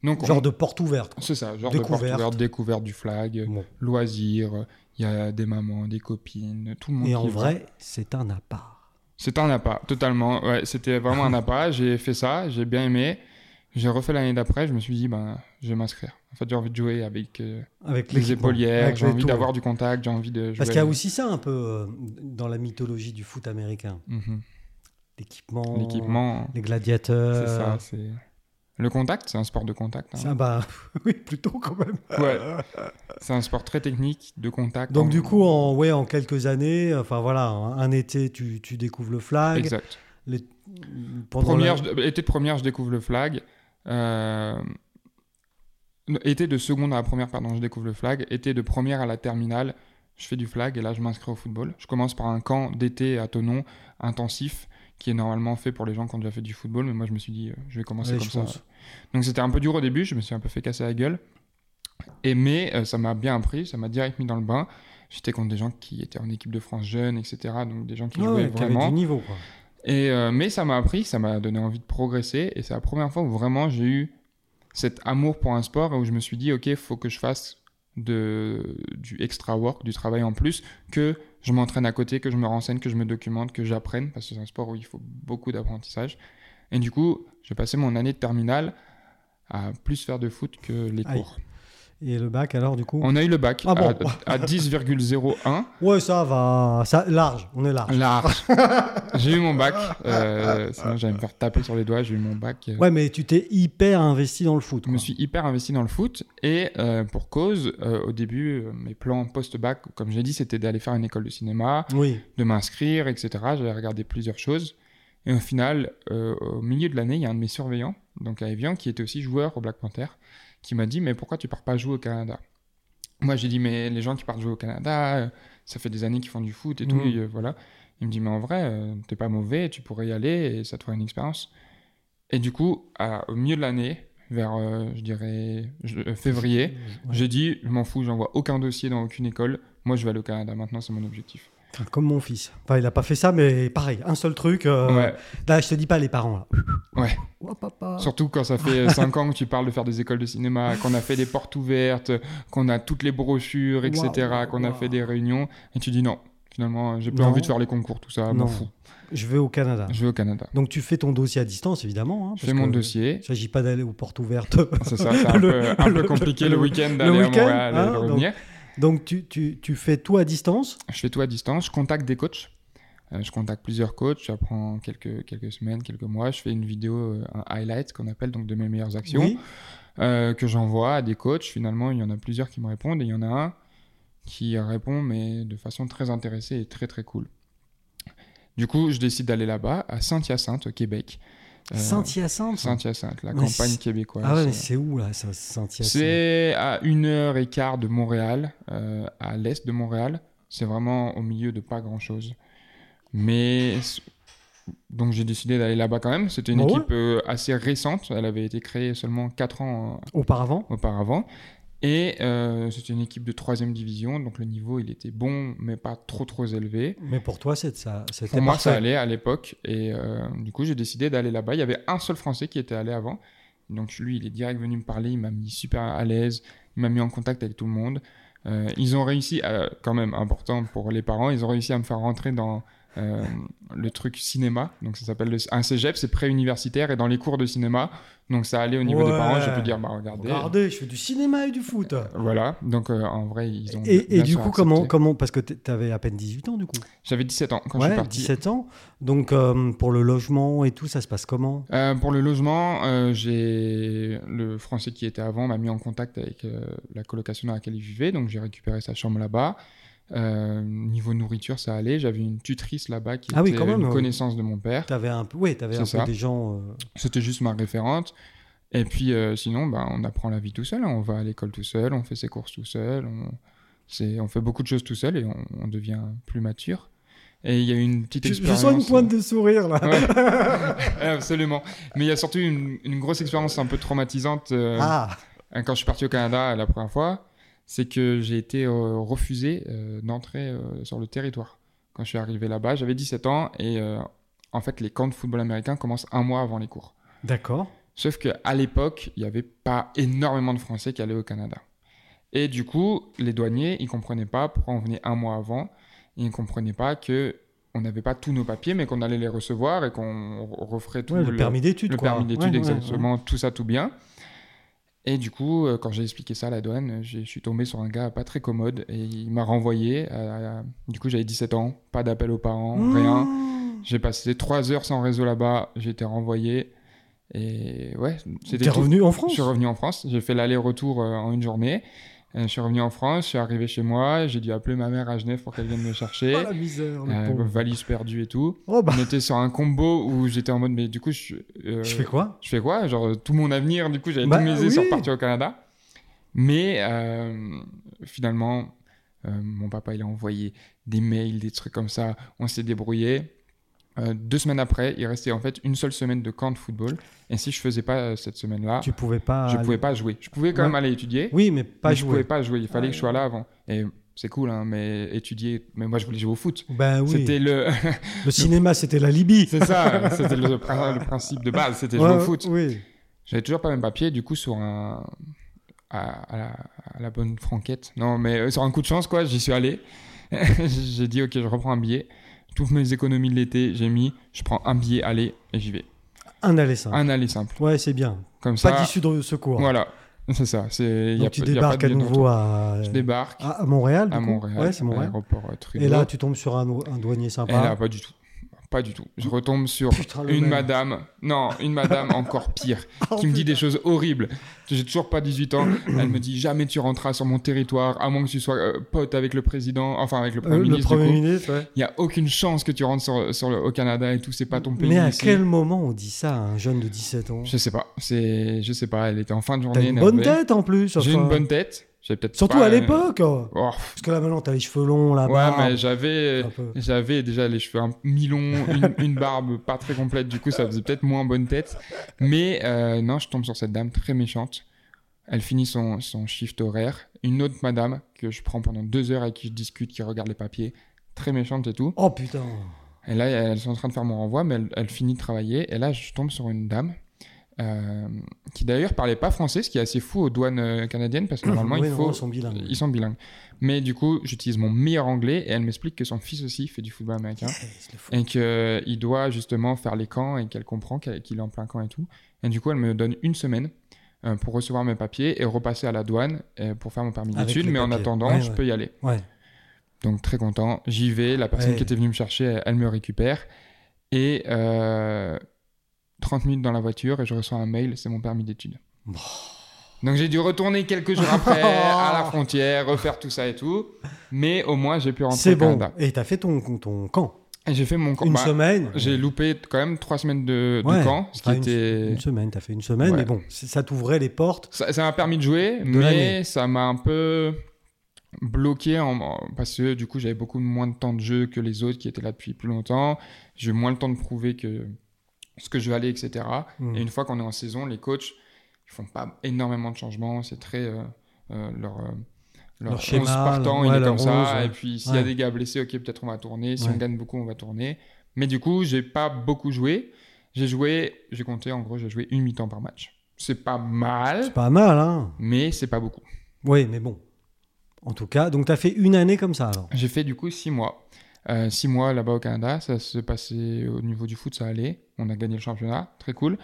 Speaker 1: Donc, on-
Speaker 2: Genre de porte ouverte.
Speaker 1: c'est ça, genre de porte
Speaker 2: découverte.
Speaker 1: ouverte, découverte du flag, euh,
Speaker 2: Bon.
Speaker 1: loisirs. euh, Il y a des mamans, des copines, tout le monde.
Speaker 2: Et
Speaker 1: qui
Speaker 2: en
Speaker 1: va.
Speaker 2: vrai, c'est un appart.
Speaker 1: C'est un appât, totalement. Ouais, c'était vraiment un appât. J'ai fait ça, j'ai bien aimé. J'ai refait l'année d'après, je me suis dit, ben, je vais m'inscrire. En fait, j'ai envie de jouer avec euh,
Speaker 2: Avec
Speaker 1: les
Speaker 2: l'équipement,
Speaker 1: épaulières,
Speaker 2: avec
Speaker 1: j'ai
Speaker 2: les
Speaker 1: envie
Speaker 2: tours.
Speaker 1: d'avoir du contact, j'ai envie de jouer.
Speaker 2: Parce qu'il y a aussi ça un peu euh, dans la mythologie du foot américain.
Speaker 1: Mhm.
Speaker 2: L'équipement,
Speaker 1: L'équipement,
Speaker 2: les gladiateurs.
Speaker 1: c'est ça. c'est- Euh, Le contact, c'est un sport de contact. hein.
Speaker 2: Ça, bah, oui, plutôt quand même.
Speaker 1: Ouais. C'est un sport très technique, de contact.
Speaker 2: Donc
Speaker 1: en-
Speaker 2: du coup, en, ouais, en quelques années, enfin voilà, un, un été, tu, tu découvres le flag.
Speaker 1: Exact.
Speaker 2: Les- pendant
Speaker 1: Première,
Speaker 2: la-
Speaker 1: je- Été de première, je découvre le flag. Euh, Été de seconde à la première, pardon, je découvre le flag. Été de première à la terminale, je fais du flag et là, je m'inscris au football. Je commence par un camp d'été à Tonon, intensif, qui est normalement fait pour les gens qui ont déjà fait du football. Mais moi, je me suis dit, euh, je vais commencer
Speaker 2: Ouais,
Speaker 1: comme
Speaker 2: je
Speaker 1: ça.
Speaker 2: pense.
Speaker 1: Donc c'était un peu dur au début, je me suis un peu fait casser la gueule. Et mais euh, ça m'a bien appris, ça m'a direct mis dans le bain. J'étais contre des gens qui étaient en équipe de France jeune, etc. Donc des gens qui
Speaker 2: Ah Ouais,
Speaker 1: jouaient
Speaker 2: ouais, t'avais du
Speaker 1: vraiment.
Speaker 2: niveau. quoi.
Speaker 1: Et, euh, mais ça m'a appris, ça m'a donné envie de progresser. Et c'est la première fois où vraiment j'ai eu cet amour pour un sport et où je me suis dit, ok, faut que je fasse de, du extra work, du travail en plus, que je m'entraîne à côté, que je me renseigne, que je me documente, que j'apprenne, parce que c'est un sport où il faut beaucoup d'apprentissage. Et du coup, j'ai passé mon année de terminale à plus faire de foot que les
Speaker 2: Aïe.
Speaker 1: cours.
Speaker 2: Et le bac alors du coup
Speaker 1: On a eu le bac
Speaker 2: Ah bon
Speaker 1: à, à 10,01.
Speaker 2: Ouais, ça va, ça large, on est large.
Speaker 1: Large. j'ai eu mon bac. euh, sinon, j'allais me faire taper sur les doigts. J'ai eu mon bac. euh,
Speaker 2: Ouais, mais tu t'es hyper investi dans le foot.
Speaker 1: Je me
Speaker 2: quoi.
Speaker 1: suis hyper investi dans le foot et euh, pour cause, euh, au début, euh, mes plans post-bac, comme j'ai dit, c'était d'aller faire une école de cinéma,
Speaker 2: Oui.
Speaker 1: de m'inscrire, etc. J'avais regardé plusieurs choses. Et au final, euh, au milieu de l'année, il y a un de mes surveillants, donc à Evian, qui était aussi joueur au Black Panther, qui m'a dit Mais pourquoi tu pars pas jouer au Canada Moi, j'ai dit Mais les gens qui partent jouer au Canada, euh, ça fait des années qu'ils font du foot et tout,
Speaker 2: Mhm.
Speaker 1: et, euh, voilà. Il me dit Mais en vrai, euh, t'es pas mauvais, tu pourrais y aller et ça te fera une expérience. Et du coup, à- au milieu de l'année, vers, euh, je dirais, je- euh, février,
Speaker 2: Ouais.
Speaker 1: j'ai dit Je m'en fous, j'envoie aucun dossier dans aucune école. Moi, je vais aller au Canada maintenant, c'est mon objectif.
Speaker 2: Enfin, Comme mon fils. Enfin, il n'a pas fait ça, mais pareil, un seul truc. euh,
Speaker 1: Ouais.
Speaker 2: Là, je te dis pas les parents. Là.
Speaker 1: Ouais.
Speaker 2: Oh, papa.
Speaker 1: Surtout quand ça fait 5 ans que tu parles de faire des écoles de cinéma, qu'on a fait des portes ouvertes, qu'on a toutes les brochures, etc.,
Speaker 2: Waouh,
Speaker 1: qu'on a
Speaker 2: waouh.
Speaker 1: fait des réunions, et tu dis non, finalement, j'ai plus
Speaker 2: Non.
Speaker 1: envie de faire les concours, tout ça,
Speaker 2: Non.
Speaker 1: m'en fous.
Speaker 2: Je vais au Canada.
Speaker 1: Je vais au Canada.
Speaker 2: Donc, tu fais ton dossier à distance, évidemment. hein,
Speaker 1: Je
Speaker 2: parce
Speaker 1: fais mon
Speaker 2: que
Speaker 1: dossier.
Speaker 2: Il s'agit pas d'aller aux portes ouvertes.
Speaker 1: C'est ça, c'est un,
Speaker 2: Le-
Speaker 1: peu, un peu
Speaker 2: le-
Speaker 1: compliqué
Speaker 2: le-
Speaker 1: le, week-end d'aller à
Speaker 2: week-end,
Speaker 1: Montréal et
Speaker 2: hein,
Speaker 1: de
Speaker 2: donc-
Speaker 1: revenir.
Speaker 2: Donc, tu, tu, tu fais tout à distance.
Speaker 1: Je fais tout à distance, je contacte des coachs. Euh, je contacte plusieurs coachs, j'apprends quelques, quelques semaines, quelques mois. Je fais une vidéo, euh, un highlight qu'on appelle, donc de mes meilleures actions.
Speaker 2: Oui.
Speaker 1: euh, que j'envoie à des coachs. Finalement, il y en a plusieurs qui me répondent et il y en a un qui répond, mais de façon très intéressée et très très cool. Du coup, je décide d'aller là-bas, à Saint-Hyacinthe, au Québec. Euh,
Speaker 2: Saint-Hyacinthe.
Speaker 1: Saint-Hyacinthe, la
Speaker 2: Mais
Speaker 1: campagne
Speaker 2: c'est-
Speaker 1: québécoise.
Speaker 2: ah ouais, mais c'est où là, ça, Saint-Hyacinthe
Speaker 1: c'est à une heure et quart de Montréal, euh, à l'est de Montréal. C'est vraiment au milieu de pas grand-chose. Mais donc j'ai décidé d'aller là-bas quand même. C'était une
Speaker 2: Ah ouais
Speaker 1: équipe euh, assez récente. Elle avait été créée seulement 4 ans euh,
Speaker 2: Auparavant
Speaker 1: auparavant. Et euh, c'était une équipe de troisième division, donc le niveau il était bon, mais pas trop trop élevé.
Speaker 2: Mais pour toi, c'est ça. C'était
Speaker 1: Pour moi, ça
Speaker 2: parfait.
Speaker 1: allait à l'époque, et euh, du coup, j'ai décidé d'aller là-bas. Il y avait un seul Français qui était allé avant, donc lui, il est direct venu me parler, il m'a mis super à l'aise, il m'a mis en contact avec tout le monde. Euh, ils ont réussi, à- quand même important pour les parents, ils ont réussi à me faire rentrer dans euh, le truc cinéma. Donc ça s'appelle le- un cégep, c'est pré-universitaire et dans les cours de cinéma. Donc ça allait au niveau des
Speaker 2: Ouais.
Speaker 1: parents, j'ai pu dire bah regardez.
Speaker 2: Regardez, je fais du cinéma et du foot.
Speaker 1: Voilà, donc euh, en vrai ils ont.
Speaker 2: Et, et
Speaker 1: bien
Speaker 2: du
Speaker 1: sûr
Speaker 2: coup,
Speaker 1: accepté.
Speaker 2: comment, comment Parce que tu avais à peine 18 ans, du coup.
Speaker 1: J'avais 17 ans quand je suis
Speaker 2: ouais,
Speaker 1: parti.
Speaker 2: 17 ans. Donc, euh, pour le logement et tout, ça se passe comment
Speaker 1: Euh, pour le logement, euh, j'ai le français qui était avant m'a mis en contact avec euh, la colocation dans laquelle il vivait, donc j'ai récupéré sa chambre là-bas. Euh, niveau nourriture, ça allait. J'avais une tutrice là-bas qui
Speaker 2: Ah oui,
Speaker 1: était
Speaker 2: quand même,
Speaker 1: une
Speaker 2: ouais.
Speaker 1: connaissance de mon père.
Speaker 2: Tu avais un peu, ouais, avais
Speaker 1: C'est
Speaker 2: un
Speaker 1: ça.
Speaker 2: peu des gens. euh,
Speaker 1: C'était juste ma référente. Et puis euh, sinon, ben, on apprend la vie tout seul. hein. On va à l'école tout seul, on fait ses courses tout seul, on, c'est- on fait beaucoup de choses tout seul et on, on devient plus mature. Et il y a eu une petite
Speaker 2: Je, je
Speaker 1: expérience. hein.
Speaker 2: sens une pointe de sourire, là.
Speaker 1: Ouais. Absolument. Mais il y a surtout une, une grosse expérience un peu traumatisante euh,
Speaker 2: Ah,
Speaker 1: quand je suis parti au Canada euh, la première fois, c'est que j'ai été euh, refusé euh, d'entrer euh, sur le territoire. Quand je suis arrivé là-bas, j'avais 17 ans et euh, en fait les camps de football américain commencent un mois avant les cours.
Speaker 2: d'accord.
Speaker 1: Sauf qu'à l'époque, il n'y avait pas énormément de Français qui allaient au Canada. Et du coup, les douaniers, ils ne comprenaient pas pourquoi on venait un mois avant. Ils ne comprenaient pas que on n'avait pas tous nos papiers, mais qu'on allait les recevoir et qu'on re- referait tout
Speaker 2: Ouais, le, permis d'études,
Speaker 1: le
Speaker 2: quoi.
Speaker 1: permis d'études,
Speaker 2: Ouais, ouais,
Speaker 1: exactement, tout ça, tout bien. Et du coup, euh, quand j'ai expliqué ça à la douane, euh, j'ai- je suis tombé sur un gars pas très commode et il m'a renvoyé. à- à- Du coup, j'avais 17 ans, pas d'appel aux parents,
Speaker 2: ouais.
Speaker 1: rien.
Speaker 2: Mmh.
Speaker 1: J'ai passé 3 heures sans réseau là-bas, j'ai été renvoyé. Et ouais, c'était
Speaker 2: T'es
Speaker 1: tout.
Speaker 2: revenu en
Speaker 1: Je
Speaker 2: France
Speaker 1: suis revenu en France, j'ai fait l'aller-retour euh, en une journée. Euh, je suis revenu en France, je suis arrivé chez moi, j'ai dû appeler ma mère à Genève pour qu'elle vienne me chercher.
Speaker 2: Oh la misère, le
Speaker 1: Euh,
Speaker 2: pauvre.
Speaker 1: valise perdue et tout.
Speaker 2: Oh bah,
Speaker 1: On était sur un combo où j'étais en mode, mais du coup, je, euh,
Speaker 2: je fais quoi
Speaker 1: je fais quoi Genre euh, tout mon avenir, du coup j'avais
Speaker 2: Bah,
Speaker 1: tout misé sur
Speaker 2: oui.
Speaker 1: partir au Canada. Mais euh, finalement, euh, mon papa il a envoyé des mails, des trucs comme ça. On s'est débrouillé. Euh, deux semaines après, il restait en fait une seule semaine de camp de football. Et si je faisais pas euh, cette semaine-là,
Speaker 2: Tu pouvais pas.
Speaker 1: je
Speaker 2: aller-
Speaker 1: pouvais pas jouer. Je pouvais quand
Speaker 2: Ouais.
Speaker 1: même aller étudier,
Speaker 2: Oui, mais pas
Speaker 1: mais je pouvais
Speaker 2: jouer.
Speaker 1: pas jouer. Il fallait
Speaker 2: Ah,
Speaker 1: que je sois là avant. Et c'est cool, hein, mais étudier. Mais moi je voulais jouer au foot.
Speaker 2: Ben oui.
Speaker 1: C'était le,
Speaker 2: Le cinéma, c'était la Libye.
Speaker 1: c'est ça, c'était le, le principe de base. C'était jouer
Speaker 2: Ouais,
Speaker 1: au foot.
Speaker 2: Oui.
Speaker 1: J'avais toujours pas mes papiers, du coup, sur un. À, à la, à la bonne franquette. Non, mais euh, sur un coup de chance, quoi, j'y suis allé. j'ai dit, ok, je reprends un billet. Toutes mes économies de l'été, j'ai mis, je prends un billet, aller, et j'y vais.
Speaker 2: Un aller simple.
Speaker 1: Un aller simple.
Speaker 2: Ouais, c'est bien.
Speaker 1: Comme
Speaker 2: Pas
Speaker 1: ça.
Speaker 2: d'issue de secours.
Speaker 1: Voilà, c'est ça. c'est- y a
Speaker 2: Donc tu
Speaker 1: pas- y a pas
Speaker 2: débarques à
Speaker 1: de
Speaker 2: nouveau
Speaker 1: retour.
Speaker 2: à,
Speaker 1: Je débarque
Speaker 2: à- à Montréal. du
Speaker 1: à
Speaker 2: coup
Speaker 1: Montréal,
Speaker 2: Ouais, c'est
Speaker 1: à
Speaker 2: Montréal.
Speaker 1: l'aéroport euh, Trudeau.
Speaker 2: Et là, tu tombes sur un, un douanier
Speaker 1: Et là,
Speaker 2: sympa.
Speaker 1: pas du tout. Pas du tout. Je retombe sur
Speaker 2: Putain, le
Speaker 1: une
Speaker 2: mec.
Speaker 1: madame. Non, une madame encore pire.
Speaker 2: Oh,
Speaker 1: qui me dit
Speaker 2: putain.
Speaker 1: des choses horribles. J'ai toujours pas 18 ans. Elle me dit jamais tu rentreras sur mon territoire, à moins que tu sois euh, pote avec le président, enfin avec le
Speaker 2: Euh,
Speaker 1: premier
Speaker 2: le
Speaker 1: ministre. du
Speaker 2: Premier
Speaker 1: coup.
Speaker 2: ministre, ouais.
Speaker 1: Il y a aucune chance que tu rentres sur, sur le, au Canada et tout, c'est pas ton pays.
Speaker 2: Mais à
Speaker 1: ici.
Speaker 2: quel moment on dit ça à un jeune de 17 ans
Speaker 1: Je sais pas. C'est, je sais pas. Elle était en fin de
Speaker 2: T'as
Speaker 1: journée.
Speaker 2: une bonne
Speaker 1: énervée.
Speaker 2: tête en plus.
Speaker 1: J'ai
Speaker 2: enfin.
Speaker 1: une bonne tête. J'ai peut-être
Speaker 2: Surtout
Speaker 1: pas-
Speaker 2: à l'époque. Ah bah. oh.
Speaker 1: Oh,
Speaker 2: Parce que là, maintenant, t'as les cheveux longs, la
Speaker 1: ouais,
Speaker 2: barbe,
Speaker 1: mais j'avais.
Speaker 2: un peu.
Speaker 1: J'avais déjà les cheveux un mi-longs, une, une barbe pas très complète, du coup ça faisait peut-être moins bonne tête. Mais euh, non, je tombe sur cette dame très méchante. Elle finit son, son shift horaire. Une autre madame que je prends pendant deux heures avec qui je discute, qui regarde les papiers, très méchante et tout.
Speaker 2: Oh putain.
Speaker 1: Et là, elles sont en train de faire mon renvoi, mais elle, elle finit de travailler. Et là, je tombe sur une dame euh, qui d'ailleurs parlait pas français, ce qui est assez fou aux douanes euh, canadiennes, parce que normalement
Speaker 2: Oui,
Speaker 1: il faut
Speaker 2: normalement, ils sont bilingues.
Speaker 1: ils sont bilingues. Mais du coup, j'utilise mon meilleur anglais et elle m'explique que son fils aussi fait du football américain
Speaker 2: Eh, c'est le fou.
Speaker 1: et qu'il doit justement faire les camps et qu'elle comprend qu'elle- qu'il est en plein camp et tout. Et du coup, elle me donne une semaine euh, pour recevoir mes papiers et repasser à la douane euh, pour faire mon permis
Speaker 2: Avec
Speaker 1: d'études.
Speaker 2: les
Speaker 1: Mais en
Speaker 2: papiers.
Speaker 1: attendant,
Speaker 2: Ouais,
Speaker 1: je
Speaker 2: ouais.
Speaker 1: peux y aller.
Speaker 2: Ouais.
Speaker 1: Donc très content, j'y vais. La personne
Speaker 2: Ouais.
Speaker 1: qui était venue me chercher, elle, elle me récupère. Et euh, 30 minutes dans la voiture et je reçois un mail, c'est mon permis d'études.
Speaker 2: Bon.
Speaker 1: Donc j'ai dû retourner quelques jours après à la frontière, refaire tout ça et tout. Mais au moins j'ai pu rentrer
Speaker 2: C'est
Speaker 1: au
Speaker 2: bon.
Speaker 1: Canada.
Speaker 2: Et t'as fait ton, ton camp.
Speaker 1: Et j'ai fait mon camp.
Speaker 2: Une
Speaker 1: Bah,
Speaker 2: semaine.
Speaker 1: J'ai loupé quand même trois semaines de, de
Speaker 2: Ouais,
Speaker 1: camp, ce qui
Speaker 2: enfin, une-
Speaker 1: était.
Speaker 2: Une semaine, t'as fait une semaine,
Speaker 1: Ouais.
Speaker 2: mais bon, c'est- ça t'ouvrait les portes.
Speaker 1: Ça ça m'a permis de jouer,
Speaker 2: l'année.
Speaker 1: mais ça m'a un peu bloqué en- en- parce que du coup j'avais beaucoup moins de temps de jeu que les autres qui étaient là depuis plus longtemps. J'ai eu moins le temps de prouver que ce que je valais, etc.
Speaker 2: Mm.
Speaker 1: Et une fois qu'on est en saison, les coachs ils font pas énormément de changements. C'est très euh, euh, leur euh,
Speaker 2: Leur
Speaker 1: leur, 11
Speaker 2: schéma,
Speaker 1: partant,
Speaker 2: leur-
Speaker 1: il
Speaker 2: ouais,
Speaker 1: est
Speaker 2: leur
Speaker 1: comme ça.
Speaker 2: 11, ouais.
Speaker 1: Et puis s'il y
Speaker 2: Ouais.
Speaker 1: a des gars blessés, ok, peut-être on va tourner. Si
Speaker 2: Ouais.
Speaker 1: on gagne beaucoup, on va tourner. Mais du coup, j'ai pas beaucoup joué. J'ai joué, j'ai compté en gros, j'ai joué une mi-temps par match. C'est pas mal,
Speaker 2: C'est pas mal, hein
Speaker 1: mais c'est pas beaucoup.
Speaker 2: Oui, mais bon. En tout cas, donc t'as fait une année comme ça alors.
Speaker 1: J'ai fait du coup six mois. Euh, six mois là-bas au Canada, ça se passait au niveau du foot, ça allait. On a gagné le championnat, très cool.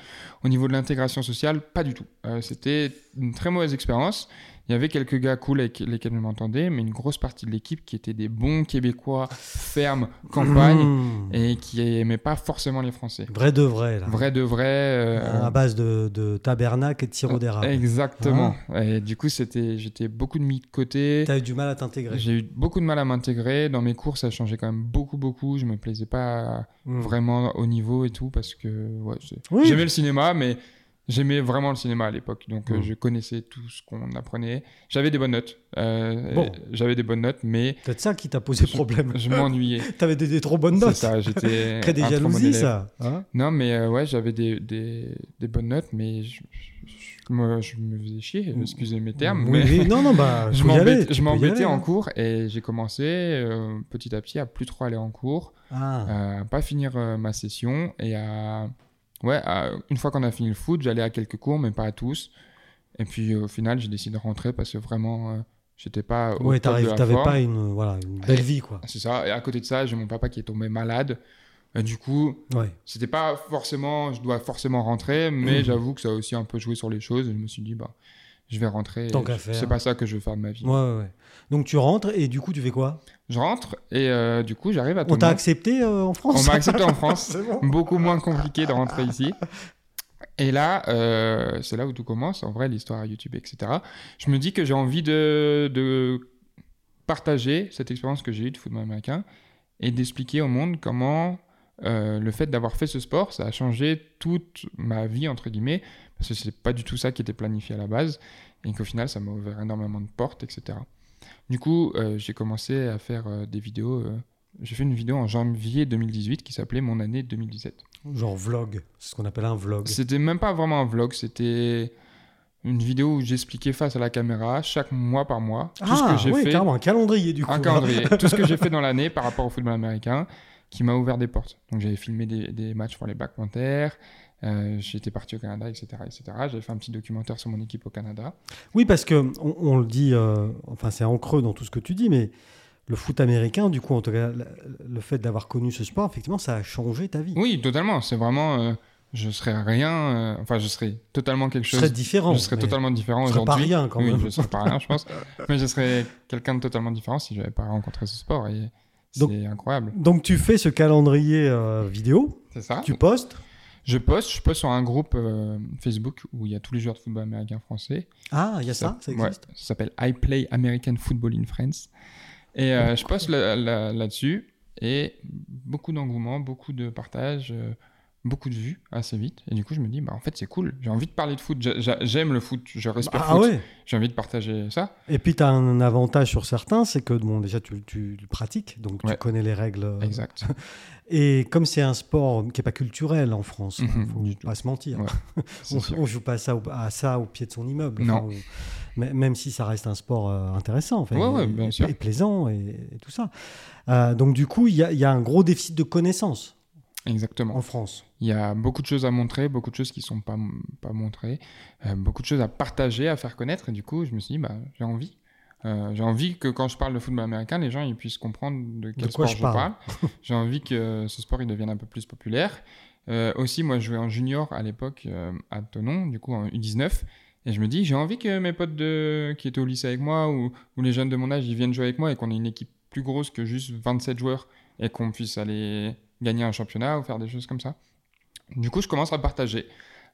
Speaker 1: Au niveau de l'intégration sociale, pas du tout. Euh, C'était une très mauvaise expérience. Il y avait quelques gars cool avec lesquels je m'entendais, mais une grosse partie de l'équipe qui étaient des bons Québécois, fermes, campagne,
Speaker 2: Mmh.
Speaker 1: et qui aimaient pas forcément les Français.
Speaker 2: Vrai de vrai, là.
Speaker 1: Vrai de vrai. euh,
Speaker 2: À base de, de tabernacle et de sirop d'érable.
Speaker 1: Exactement. Et du coup, c'était, j'étais beaucoup de mis de côté.
Speaker 2: T'as eu du mal à t'intégrer.
Speaker 1: J'ai eu beaucoup de mal à m'intégrer. Dans mes cours, ça changeait quand même beaucoup, beaucoup. Je me plaisais pas
Speaker 2: Mmh.
Speaker 1: vraiment au niveau et tout parce que ouais, c'est-
Speaker 2: Oui.
Speaker 1: j'aimais le cinéma, mais j'aimais vraiment le cinéma à l'époque. Donc euh,
Speaker 2: Mmh.
Speaker 1: je connaissais tout ce qu'on apprenait. J'avais des bonnes notes. Euh,
Speaker 2: Bon.
Speaker 1: J'avais des bonnes notes, mais
Speaker 2: Peut-être ça qui t'a posé
Speaker 1: je-
Speaker 2: problème.
Speaker 1: je m'ennuyais.
Speaker 2: T'avais des, des trop bonnes
Speaker 1: C'est
Speaker 2: notes.
Speaker 1: ça, j'étais.
Speaker 2: Crée des
Speaker 1: un trop bon
Speaker 2: jalousies,
Speaker 1: élève.
Speaker 2: ça. hein
Speaker 1: Non, mais euh, ouais, j'avais des, des, des bonnes notes, mais je, je- je me, je me faisais chier, excusez mes termes.
Speaker 2: Mm. Oui,
Speaker 1: mais-
Speaker 2: oui. Non, non, bah,
Speaker 1: je
Speaker 2: faut y aller,
Speaker 1: m'embêtais, je
Speaker 2: faut y
Speaker 1: m'embêtais
Speaker 2: aller,
Speaker 1: en
Speaker 2: hein.
Speaker 1: cours et j'ai commencé euh, petit à petit à plus trop aller en cours,
Speaker 2: Ah.
Speaker 1: à pas finir euh, ma session et à ouais, à- une fois qu'on a fini le foot, j'allais à quelques cours mais pas à tous. Et puis euh, au final, j'ai décidé de rentrer parce que vraiment, euh, j'étais pas au
Speaker 2: Ouais,
Speaker 1: top de
Speaker 2: t'arrives-
Speaker 1: la
Speaker 2: t'avais
Speaker 1: forme.
Speaker 2: pas une, euh, voilà, une belle vie, quoi.
Speaker 1: C'est ça. Et à côté de ça, j'ai mon papa qui est tombé malade. Et du coup,
Speaker 2: Ouais.
Speaker 1: c'était pas forcément, je dois forcément rentrer, mais
Speaker 2: Mhm.
Speaker 1: j'avoue que ça a aussi un peu joué sur les choses. Je me suis dit, bah, je vais rentrer.
Speaker 2: Tant qu'à
Speaker 1: C'est
Speaker 2: faire.
Speaker 1: pas ça que je veux faire de ma vie.
Speaker 2: Ouais, ouais, ouais. Donc tu rentres et du coup tu fais quoi
Speaker 1: Je rentre et euh, du coup, j'arrive à
Speaker 2: On t'a
Speaker 1: Thomas.
Speaker 2: accepté euh, en
Speaker 1: On
Speaker 2: France
Speaker 1: m'a accepté en France.
Speaker 2: C'est bon.
Speaker 1: Beaucoup moins compliqué de rentrer ici. Et là, euh, c'est là où tout commence, en vrai, l'histoire YouTube, etc. Je me dis que j'ai envie de, de partager cette expérience que j'ai eue de football américain et d'expliquer au monde comment euh, le fait d'avoir fait ce sport, ça a changé toute ma vie, entre guillemets, parce que c'est pas du tout ça qui était planifié à la base, et qu'au final, ça m'a ouvert énormément de portes, etc. Du coup, euh, j'ai commencé à faire euh, des vidéos. euh, j'ai fait une vidéo en janvier 2018 qui s'appelait Mon année 2017.
Speaker 2: Genre vlog, c'est ce qu'on appelle un vlog.
Speaker 1: C'était même pas vraiment un vlog, c'était une vidéo où j'expliquais face à la caméra chaque mois par mois tout ce
Speaker 2: ah,
Speaker 1: que j'ai
Speaker 2: oui,
Speaker 1: fait,
Speaker 2: carrément, un calendrier du coup.
Speaker 1: un calendrier, tout ce que j'ai fait dans l'année par rapport au football américain qui m'a ouvert des portes. Donc j'avais filmé des, des matchs pour les Black Panthers, euh, j'étais parti au Canada, etc., etc. J'avais fait un petit documentaire sur mon équipe au Canada.
Speaker 2: Oui, parce que on, on le dit, euh, enfin c'est en creux dans tout ce que tu dis, mais le foot américain, du coup, en tout cas, le, le fait d'avoir connu ce sport, effectivement, ça a changé ta vie.
Speaker 1: Oui, totalement. C'est vraiment, euh, je serais rien, euh, enfin je serais totalement quelque
Speaker 2: Ce
Speaker 1: chose.
Speaker 2: serait différent.
Speaker 1: je serais
Speaker 2: mais
Speaker 1: totalement différent
Speaker 2: ce serait pas
Speaker 1: aujourd'hui.
Speaker 2: rien quand même. Euh.
Speaker 1: Oui, je serais pas rien, je pense. Mais je serais quelqu'un de totalement différent si j'avais pas rencontré ce sport. Et
Speaker 2: Donc-
Speaker 1: c'est incroyable.
Speaker 2: Donc tu fais ce calendrier euh, vidéo,
Speaker 1: C'est ça.
Speaker 2: tu postes.
Speaker 1: Je poste, je poste sur un groupe euh, Facebook où il y a tous les joueurs de football américain français.
Speaker 2: Ah, il y a ça, ça
Speaker 1: Ouais,
Speaker 2: existe.
Speaker 1: ça s'appelle I Play American Football in France. Et euh, je poste là- là- là-dessus. et beaucoup d'engouement, beaucoup de partage, euh, beaucoup de vues assez vite. Et du coup, je me dis, bah, en fait, c'est cool. J'ai envie de parler de foot. J'a- j'a- J'aime le foot. Je respire
Speaker 2: Ah
Speaker 1: foot.
Speaker 2: ouais.
Speaker 1: J'ai envie de partager ça.
Speaker 2: Et puis, tu as un avantage sur certains, c'est que, bon, déjà, tu, tu le pratiques, donc
Speaker 1: Ouais.
Speaker 2: tu connais les règles. euh,
Speaker 1: Exact.
Speaker 2: Et comme c'est un sport qui n'est pas culturel en France, il
Speaker 1: Mhm,
Speaker 2: faut
Speaker 1: du
Speaker 2: pas se mentir.
Speaker 1: Ouais,
Speaker 2: on
Speaker 1: C'est sûr.
Speaker 2: ne joue pas ça au- à ça au pied de son immeuble.
Speaker 1: Non.
Speaker 2: Enfin, on- mais- même si ça reste un sport euh, intéressant, en fait,
Speaker 1: Ouais, ouais,
Speaker 2: et,
Speaker 1: bien
Speaker 2: et-
Speaker 1: sûr.
Speaker 2: et plaisant et, et tout ça. Euh, donc, du coup, il y, a- il y a un gros déficit de connaissances
Speaker 1: Exactement.
Speaker 2: en France.
Speaker 1: Il y a beaucoup de choses à montrer, beaucoup de choses qui ne sont pas, pas montrées, euh, beaucoup de choses à partager, à faire connaître. Et du coup, je me suis dit, bah, j'ai envie. Euh, j'ai envie que quand je parle de football américain, les gens ils puissent comprendre de quel sport
Speaker 2: quoi je
Speaker 1: je,
Speaker 2: parle.
Speaker 1: parle. j'ai envie que ce sport il devienne un peu plus populaire. Euh, aussi, moi, je jouais en junior à l'époque euh, à Tonon, du coup en U19. Et je me dis, j'ai envie que mes potes de... qui étaient au lycée avec moi ou, ou les jeunes de mon âge, ils viennent jouer avec moi et qu'on ait une équipe plus grosse que juste 27 joueurs et qu'on puisse aller gagner un championnat ou faire des choses comme ça. Du coup, je commence à partager,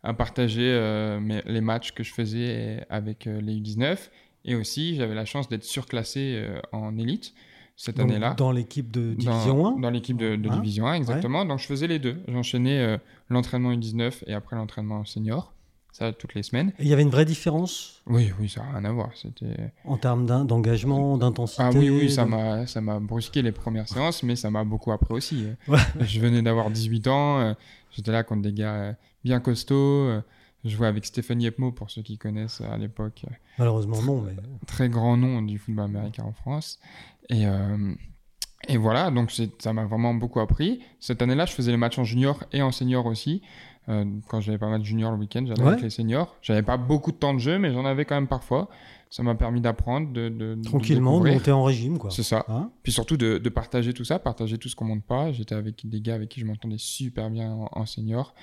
Speaker 1: à partager euh, mes- les matchs que je faisais avec euh, les U19. Et aussi, j'avais la chance d'être surclassé euh, en élite cette
Speaker 2: Donc,
Speaker 1: année-là.
Speaker 2: dans l'équipe de
Speaker 1: Dans-
Speaker 2: Division 1.
Speaker 1: Dans l'équipe de, de
Speaker 2: Hein
Speaker 1: Division 1, exactement. Donc je faisais les deux. J'enchaînais euh, l'entraînement U19 et après l'entraînement senior. Ça, toutes les semaines.
Speaker 2: Il y avait une vraie différence
Speaker 1: Oui, oui, ça n'a rien à voir. C'était...
Speaker 2: en termes d'in- d'engagement, d'intensité.
Speaker 1: Ah oui, oui, ça
Speaker 2: de-
Speaker 1: m'a, ça m'a brusqué les premières séances, mais ça m'a beaucoup appris aussi.
Speaker 2: Ouais.
Speaker 1: Je venais d'avoir 18 ans, euh, j'étais là contre des gars euh, bien costauds. euh, Je jouais avec Stéphane Yepmo, pour ceux qui connaissent à l'époque, euh,
Speaker 2: Malheureusement, non, mais.
Speaker 1: très grand nom du football américain en France. Et, euh, et voilà, donc c'est- ça m'a vraiment beaucoup appris. Cette année-là, je faisais les matchs en junior et en senior aussi. Euh, quand j'avais pas mal de juniors le week-end, j'allais
Speaker 2: Ouais.
Speaker 1: avec les seniors. J'avais pas beaucoup de temps de jeu, mais j'en avais quand même parfois. Ça m'a permis d'apprendre, de, de- de-
Speaker 2: Tranquillement,
Speaker 1: de
Speaker 2: de
Speaker 1: découvrir.
Speaker 2: monter en régime, quoi.
Speaker 1: C'est ça.
Speaker 2: Hein
Speaker 1: Puis surtout de, de partager tout ça, partager tout ce qu'on monte pas. J'étais avec des gars avec qui je m'entendais super bien en, en senior.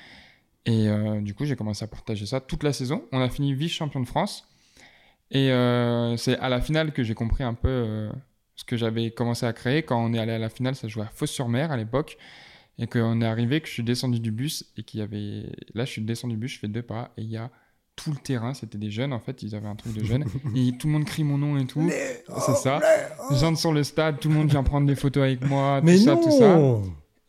Speaker 1: Et euh, du coup, j'ai commencé à partager ça toute la saison. On a fini vice-champion de France. Et euh, c'est à la finale que j'ai compris un peu euh, ce que j'avais commencé à créer. Quand on est allé à la finale, ça jouait à Fos-sur-Mer à l'époque. Et qu'on est arrivé, que je suis descendu du bus et qu'il y avait. Là, je suis descendu du bus, je fais deux pas et il y a tout le terrain. C'était des jeunes en fait, ils avaient un truc de jeunes. et tout le monde crie mon nom et tout.
Speaker 2: Ah,
Speaker 1: C'est ça. J'entre sur le stade, tout le monde vient prendre des photos avec moi, tout
Speaker 2: Mais
Speaker 1: ça,
Speaker 2: non
Speaker 1: tout ça.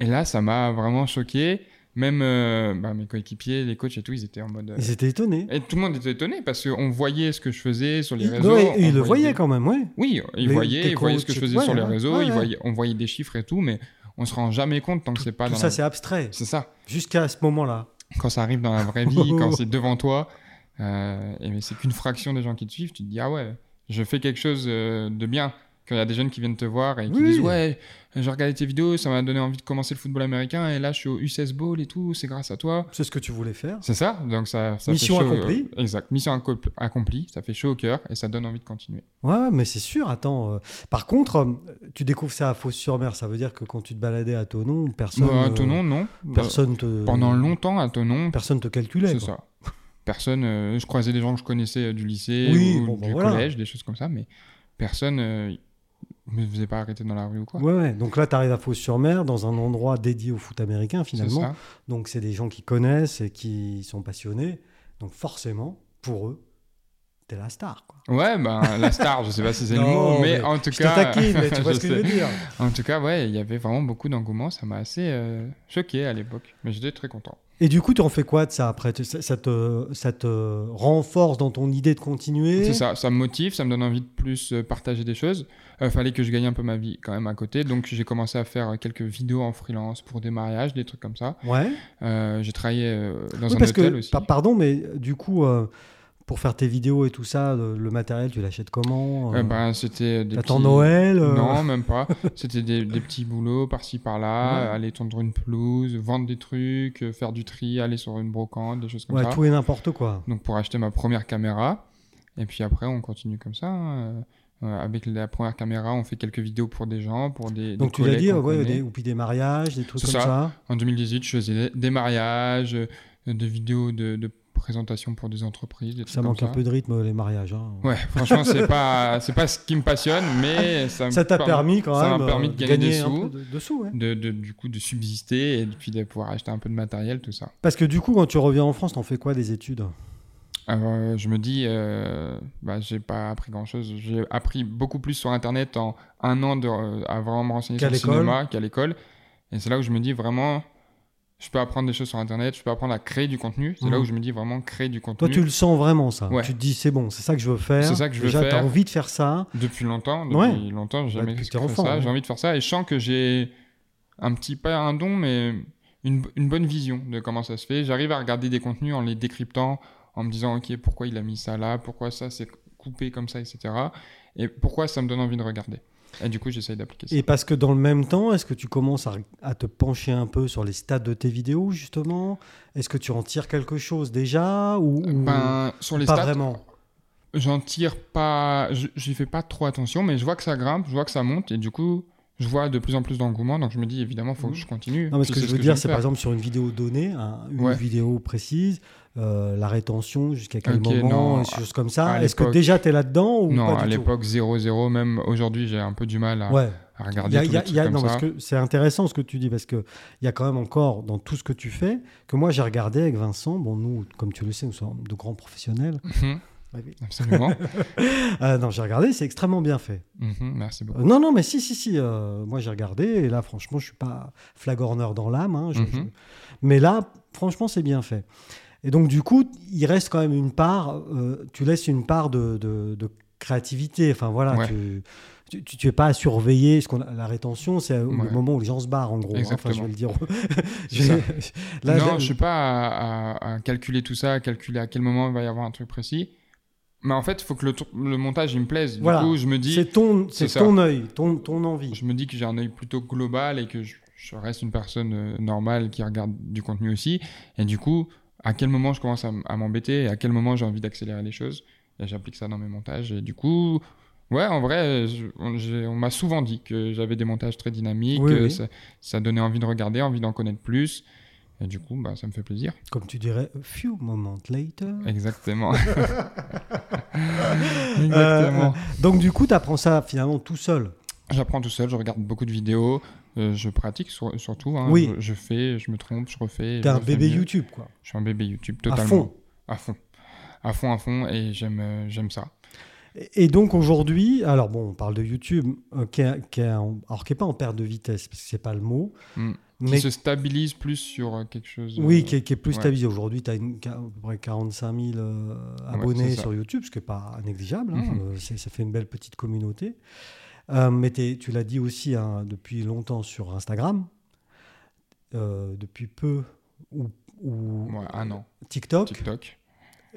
Speaker 1: Et là, ça m'a vraiment choqué. Même euh, bah, mes coéquipiers, les coachs et tout, ils étaient en mode. euh,
Speaker 2: Ils étaient étonnés.
Speaker 1: Et tout le monde était étonné parce qu'on voyait ce que je faisais sur les
Speaker 2: Ils,
Speaker 1: réseaux.
Speaker 2: ouais,
Speaker 1: on
Speaker 2: ils le
Speaker 1: voyait
Speaker 2: voyaient quand même, ouais.
Speaker 1: Oui, ils
Speaker 2: Les-
Speaker 1: voyaient,
Speaker 2: tes
Speaker 1: ils voyaient ce que je
Speaker 2: coachs,
Speaker 1: faisais
Speaker 2: ouais,
Speaker 1: sur les
Speaker 2: ouais,
Speaker 1: réseaux,
Speaker 2: ouais,
Speaker 1: ils
Speaker 2: ouais.
Speaker 1: voyaient- on voyait des chiffres et tout, mais on se rend jamais compte tant que c'est pas
Speaker 2: Tout
Speaker 1: dans
Speaker 2: ça,
Speaker 1: la-
Speaker 2: c'est abstrait.
Speaker 1: Ah, C'est ça.
Speaker 2: Jusqu'à ce moment-là.
Speaker 1: Quand ça arrive dans la vraie vie, quand c'est devant toi, euh, et mais c'est qu'une fraction des gens qui te suivent, tu te dis ah ouais, je fais quelque chose euh, de bien. Quand il y a des jeunes qui viennent te voir et qui
Speaker 2: Oui.
Speaker 1: disent ouais, j'ai regardé tes vidéos, ça m'a donné envie de commencer le football américain et là je suis au U16 Bowl et tout, c'est grâce à toi.
Speaker 2: C'est ce que tu voulais faire.
Speaker 1: C'est ça, donc ça, ça
Speaker 2: Mission
Speaker 1: fait chaud- euh,
Speaker 2: accomplie.
Speaker 1: Exact, mission accompl- accomplie, ça fait chaud au cœur et ça donne envie de continuer.
Speaker 2: Ouais, ouais, mais c'est sûr. Attends. euh, Par contre, euh, tu découvres ça à Fos-sur-Mer. Ça veut dire que quand tu te baladais à Tonon, personne.
Speaker 1: Bah, à
Speaker 2: euh,
Speaker 1: Tonon, non.
Speaker 2: Personne te.
Speaker 1: Bah, Pendant longtemps à Tonon,
Speaker 2: Personne te calculait.
Speaker 1: C'est
Speaker 2: quoi.
Speaker 1: ça. Personne. euh, je croisais des gens que je connaissais euh, du lycée
Speaker 2: Oui,
Speaker 1: ou
Speaker 2: bon, bah,
Speaker 1: du
Speaker 2: voilà.
Speaker 1: collège, des choses comme ça, mais personne euh, me faisait pas arrêter dans la rue ou quoi.
Speaker 2: Ouais, ouais. Donc là, tu arrives à Fos-sur-Mer, dans un endroit dédié au foot américain,
Speaker 1: C'est
Speaker 2: finalement.
Speaker 1: ça.
Speaker 2: Donc, c'est des gens qui connaissent et qui sont passionnés. Donc, forcément, pour eux, t'es la star. Quoi.
Speaker 1: Ouais, ben la star, je sais pas si c'est le
Speaker 2: Non,
Speaker 1: mot, mais,
Speaker 2: mais
Speaker 1: en tout
Speaker 2: Je te
Speaker 1: cas.
Speaker 2: taquine, mais tu vois
Speaker 1: je
Speaker 2: ce que je veux
Speaker 1: sais.
Speaker 2: dire.
Speaker 1: En tout cas, ouais, il y avait vraiment beaucoup d'engouement. Ça m'a assez euh, choqué à l'époque, mais j'étais très content.
Speaker 2: Et du coup, tu en fais quoi de ça après Tu- ça, ça te, ça te renforce dans ton idée de continuer
Speaker 1: C'est ça, ça me motive, ça me donne envie de plus euh, partager des choses. Euh, fallait que je gagne un peu ma vie quand même à côté, donc j'ai commencé à faire euh, quelques vidéos en freelance pour des mariages, des trucs comme ça.
Speaker 2: Ouais.
Speaker 1: Euh, j'ai travaillé euh, dans
Speaker 2: Oui,
Speaker 1: un
Speaker 2: parce
Speaker 1: hôtel
Speaker 2: que,
Speaker 1: aussi.
Speaker 2: pa- pardon, mais euh, du coup, euh, pour faire tes vidéos et tout ça, le, le matériel, tu l'achètes comment
Speaker 1: Euh, ben, c'était des
Speaker 2: T'attends
Speaker 1: petits-
Speaker 2: Noël euh,
Speaker 1: Non, même pas. C'était des, des petits boulots par-ci par-là,
Speaker 2: Ouais.
Speaker 1: euh, aller tondre une pelouse, vendre des trucs, euh, faire du tri, aller sur une brocante, des choses comme
Speaker 2: Ouais,
Speaker 1: ça.
Speaker 2: tout et n'importe quoi.
Speaker 1: Donc pour acheter ma première caméra. Et puis après, on continue comme ça. hein. Euh, euh, avec la première caméra, on fait quelques vidéos pour des gens, pour des.
Speaker 2: Donc
Speaker 1: des
Speaker 2: tu l'as
Speaker 1: collègues
Speaker 2: dit,
Speaker 1: qu'on
Speaker 2: euh, ouais,
Speaker 1: connaît.
Speaker 2: des- ou puis des mariages, des trucs
Speaker 1: C'est
Speaker 2: comme ça.
Speaker 1: ça. En 2018, je faisais des mariages, euh, des vidéos de, de présentation pour des entreprises. Des
Speaker 2: Ça
Speaker 1: trucs comme
Speaker 2: manque un peu de rythme, les mariages. hein.
Speaker 1: Ouais, franchement, c'est pas, c'est pas ce qui me passionne, mais ça me
Speaker 2: Ça t'a
Speaker 1: permet-
Speaker 2: permis quand
Speaker 1: ça m'a
Speaker 2: même euh,
Speaker 1: permis de gagner des
Speaker 2: un
Speaker 1: sous.
Speaker 2: peu de, de sous, ouais.
Speaker 1: de, de- du coup de subsister et puis de pouvoir acheter un peu de matériel, tout ça.
Speaker 2: Parce que du coup, quand tu reviens en France, t'en fais quoi des études
Speaker 1: Euh, je me dis, euh, bah, j'ai pas appris grand chose. J'ai appris beaucoup plus sur internet en un an de, euh, à vraiment me renseigner
Speaker 2: Qu'à
Speaker 1: sur le
Speaker 2: l'école.
Speaker 1: cinéma qu'à l'école. Et c'est là où je me dis vraiment, je peux apprendre des choses sur internet, je peux apprendre à créer du contenu. C'est là
Speaker 2: Mhm.
Speaker 1: où je me dis vraiment créer du contenu
Speaker 2: Toi, tu le sens vraiment ça.
Speaker 1: Mm. Ouais.
Speaker 2: Tu te dis, c'est bon, c'est ça que je veux faire.
Speaker 1: C'est ça que je veux
Speaker 2: Déjà, t'as
Speaker 1: faire.
Speaker 2: envie de faire ça.
Speaker 1: depuis longtemps. Depuis
Speaker 2: Ouais.
Speaker 1: longtemps, j'ai
Speaker 2: Bah,
Speaker 1: jamais
Speaker 2: depuis que
Speaker 1: fait
Speaker 2: t'es enfant,
Speaker 1: ça.
Speaker 2: ouais.
Speaker 1: J'ai envie de faire ça et je sens que j'ai un petit pas un don, mais une, une bonne vision de comment ça se fait. J'arrive à regarder des contenus en les décryptant, en me disant ok pourquoi il a mis ça là, pourquoi ça c'est coupé comme ça, etc. Et pourquoi ça me donne envie de regarder. Et du coup, j'essaye d'appliquer ça.
Speaker 2: Et parce que dans le même temps, est-ce que tu commences à, à te pencher un peu sur les stats de tes vidéos, justement Est-ce que tu en tires quelque chose déjà ou, ou
Speaker 1: Ben, sur les
Speaker 2: pas
Speaker 1: stats,
Speaker 2: vraiment
Speaker 1: j'en tire pas, je- j'y fais pas trop attention, mais je vois que ça grimpe, je vois que ça monte, et du coup, je vois de plus en plus d'engouement, donc je me dis évidemment, faut
Speaker 2: Mhm.
Speaker 1: que je continue.
Speaker 2: Non, mais ce
Speaker 1: Puis
Speaker 2: que je veux
Speaker 1: j'aime
Speaker 2: dire, c'est
Speaker 1: faire.
Speaker 2: par exemple sur une vidéo donnée, hein, une
Speaker 1: Ouais.
Speaker 2: vidéo précise, euh, la rétention, jusqu'à quel
Speaker 1: Ok,
Speaker 2: moment,
Speaker 1: non,
Speaker 2: et ces choses comme ça.
Speaker 1: à
Speaker 2: Est-ce que
Speaker 1: l'époque-
Speaker 2: déjà tu es là-dedans ou
Speaker 1: Non,
Speaker 2: pas
Speaker 1: à
Speaker 2: du tout
Speaker 1: l'époque 0-0, même aujourd'hui j'ai un peu du mal à,
Speaker 2: Ouais.
Speaker 1: à
Speaker 2: Il y
Speaker 1: regarder
Speaker 2: a-
Speaker 1: tous
Speaker 2: il y
Speaker 1: les
Speaker 2: a- il
Speaker 1: trucs
Speaker 2: y a-
Speaker 1: comme
Speaker 2: non,
Speaker 1: ça.
Speaker 2: parce que c'est intéressant ce que tu dis, parce qu'il y a quand même encore dans tout ce que tu fais, que moi j'ai regardé avec Vincent, bon nous, comme tu le sais, nous sommes de grands professionnels.
Speaker 1: Mhm,
Speaker 2: Ouais, oui.
Speaker 1: Absolument.
Speaker 2: Euh, non, j'ai regardé, c'est extrêmement bien fait.
Speaker 1: Mhm, merci beaucoup.
Speaker 2: Euh, non, non, mais si, si, si, euh, moi j'ai regardé, et là franchement je suis pas flagorneur dans l'âme, hein, je-
Speaker 1: Mhm.
Speaker 2: je- mais là franchement c'est bien fait. Et donc du coup, il reste quand même une part, euh, tu laisses une part de, de- de créativité, enfin voilà,
Speaker 1: Ouais.
Speaker 2: tu... Tu, tu- tu es pas à surveiller ce qu'on a- la rétention, c'est au- le
Speaker 1: Ouais.
Speaker 2: moment où les gens se barrent en gros. hein. Enfin, je vais le dire.
Speaker 1: C'est ça.
Speaker 2: Euh, Là,
Speaker 1: non,
Speaker 2: là-
Speaker 1: je suis pas à, à- à calculer tout ça, à calculer à quel moment il va y avoir un truc précis. Mais en fait, il faut que le, tour- le montage il me plaise. Du
Speaker 2: Voilà.
Speaker 1: coup, je me dis,
Speaker 2: c'est ton,
Speaker 1: C'est
Speaker 2: c'est
Speaker 1: ça.
Speaker 2: ton œil, ton, ton envie.
Speaker 1: je me dis que j'ai un œil plutôt global et que je, je reste une personne euh, normale qui regarde du contenu aussi. Et du coup, à quel moment je commence à, m- à m'embêter et à quel moment j'ai envie d'accélérer les choses. Et j'applique ça dans mes montages. Et du coup, ouais, en vrai, euh, je- on, j'ai- on m'a souvent dit que j'avais des montages très dynamiques.
Speaker 2: Oui,
Speaker 1: euh,
Speaker 2: oui.
Speaker 1: Ça, ça donnait envie de regarder, envie d'en connaître plus. Et du coup, bah, ça me fait plaisir.
Speaker 2: Comme tu dirais, a few moments later.
Speaker 1: Exactement.
Speaker 2: Euh,
Speaker 1: Exactement.
Speaker 2: donc du coup, tu apprends ça finalement tout seul.
Speaker 1: J'apprends tout seul, je regarde beaucoup de vidéos, euh, je pratique sur- surtout. hein,
Speaker 2: Oui.
Speaker 1: je, je fais, je me trompe, je refais.
Speaker 2: T'es
Speaker 1: je
Speaker 2: un
Speaker 1: refais
Speaker 2: bébé
Speaker 1: mieux.
Speaker 2: YouTube, quoi.
Speaker 1: Je suis un bébé YouTube
Speaker 2: À
Speaker 1: totalement.
Speaker 2: fond.
Speaker 1: À fond. À fond, à fond, et j'aime, euh, j'aime ça.
Speaker 2: Et et donc aujourd'hui, alors bon, on parle de YouTube, euh, qui est, qui est en- alors qui est pas en perte de vitesse, parce que c'est pas le mot,
Speaker 1: Mm.
Speaker 2: mais
Speaker 1: Qui se stabilise plus sur euh, quelque chose.
Speaker 2: oui,
Speaker 1: euh,
Speaker 2: qui est, qui est plus
Speaker 1: ouais.
Speaker 2: stabilisé. Aujourd'hui, tu as une, à peu près 45 000 euh,
Speaker 1: Ouais,
Speaker 2: abonnés
Speaker 1: c'est ça.
Speaker 2: sur YouTube, ce qui n'est pas négligeable. hein.
Speaker 1: Mhm.
Speaker 2: Euh, c'est- ça fait une belle petite communauté. Euh, mais t'es- tu l'as dit aussi hein, depuis longtemps sur Instagram, euh, depuis peu, ou, ou
Speaker 1: ouais, un an.
Speaker 2: TikTok.
Speaker 1: TikTok.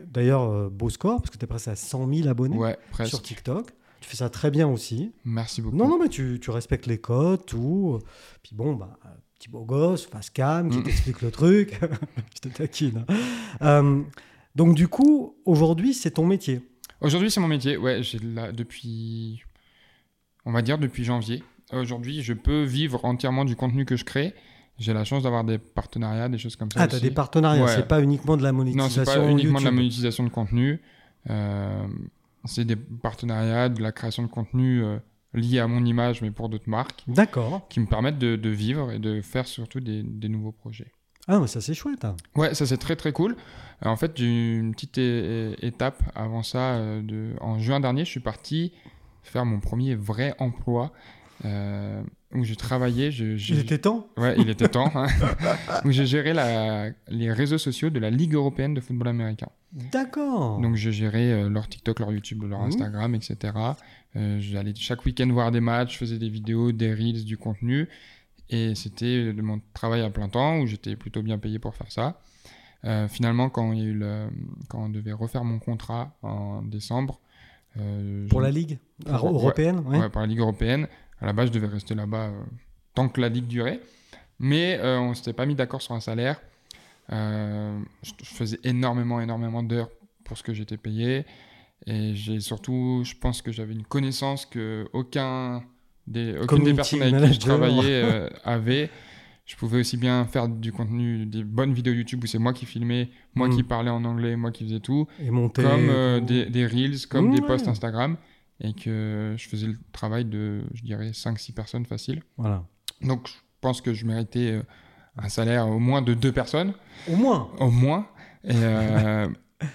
Speaker 2: D'ailleurs, euh, beau score, parce que tu es presque à 100 000 abonnés
Speaker 1: Ouais, presque.
Speaker 2: sur TikTok. Tu fais ça très bien aussi.
Speaker 1: Merci beaucoup.
Speaker 2: Non, non, mais tu, tu respectes les codes, tout. Puis bon, bah, petit beau gosse, face cam, qui
Speaker 1: Mm.
Speaker 2: t'explique le truc. Je te taquine. hein. Euh, donc, du coup, aujourd'hui, c'est ton métier.
Speaker 1: Aujourd'hui, c'est mon métier. Ouais, j'ai là depuis. On va dire depuis janvier. Aujourd'hui, je peux vivre entièrement du contenu que je crée. J'ai la chance d'avoir des partenariats, des choses comme ça.
Speaker 2: Ah, t'as
Speaker 1: aussi.
Speaker 2: des partenariats,
Speaker 1: Ouais.
Speaker 2: c'est pas uniquement de la
Speaker 1: Non, c'est
Speaker 2: monétisation.
Speaker 1: pas uniquement de la
Speaker 2: YouTube.
Speaker 1: monétisation de contenu. Euh, c'est des partenariats, de la création de contenu euh, lié à mon image, mais pour d'autres marques,
Speaker 2: D'accord.
Speaker 1: qui me permettent de, de vivre et de faire surtout des, des nouveaux projets.
Speaker 2: Ah, mais ça, c'est chouette. hein.
Speaker 1: Ouais, ça c'est très très cool. Euh, en fait, j'ai eu une petite é- é- étape avant ça. euh, de... En juin dernier, je suis parti faire mon premier vrai emploi. euh, où j'ai travaillé, je- j'ai-
Speaker 2: Il était temps.
Speaker 1: Ouais, il était temps. hein. Où j'ai géré la- les réseaux sociaux de la Ligue européenne de football américain.
Speaker 2: D'accord.
Speaker 1: Donc je gérais euh, leur TikTok, leur YouTube, leur
Speaker 2: Mhm.
Speaker 1: Instagram, etc. Euh, J'allais chaque week-end voir des matchs, je faisais des vidéos, des reels, du contenu. Et c'était euh, de mon travail à plein temps où j'étais plutôt bien payé pour faire ça. Euh, finalement, quand, il y a eu le- quand on devait refaire mon contrat en décembre, euh,
Speaker 2: Pour
Speaker 1: je-
Speaker 2: la Ligue
Speaker 1: Pour-
Speaker 2: euro-
Speaker 1: ouais.
Speaker 2: européenne, ouais.
Speaker 1: ouais, par la Ligue européenne, à la base je devais rester là-bas euh, tant que la Ligue durait. Mais euh, on s'était pas mis d'accord sur un salaire. Euh, je, je faisais énormément, énormément d'heures pour ce que j'étais payé. Et j'ai surtout, je pense que j'avais une connaissance que aucun des, aucune
Speaker 2: Community
Speaker 1: des personnes avec qui je
Speaker 2: manager.
Speaker 1: travaillais euh, avait. Je pouvais aussi bien faire du contenu, des bonnes vidéos YouTube où c'est moi qui filmais, moi
Speaker 2: Mm.
Speaker 1: qui parlais en anglais, moi qui faisais tout
Speaker 2: Et monter.
Speaker 1: comme euh, des, des reels, comme des
Speaker 2: Ouais.
Speaker 1: posts Instagram, et que je faisais le travail de, je dirais, 5-6 personnes facile.
Speaker 2: Voilà.
Speaker 1: Donc, je pense que je méritais euh, un salaire au moins de deux personnes,
Speaker 2: Au moins.
Speaker 1: au moins. Et, euh,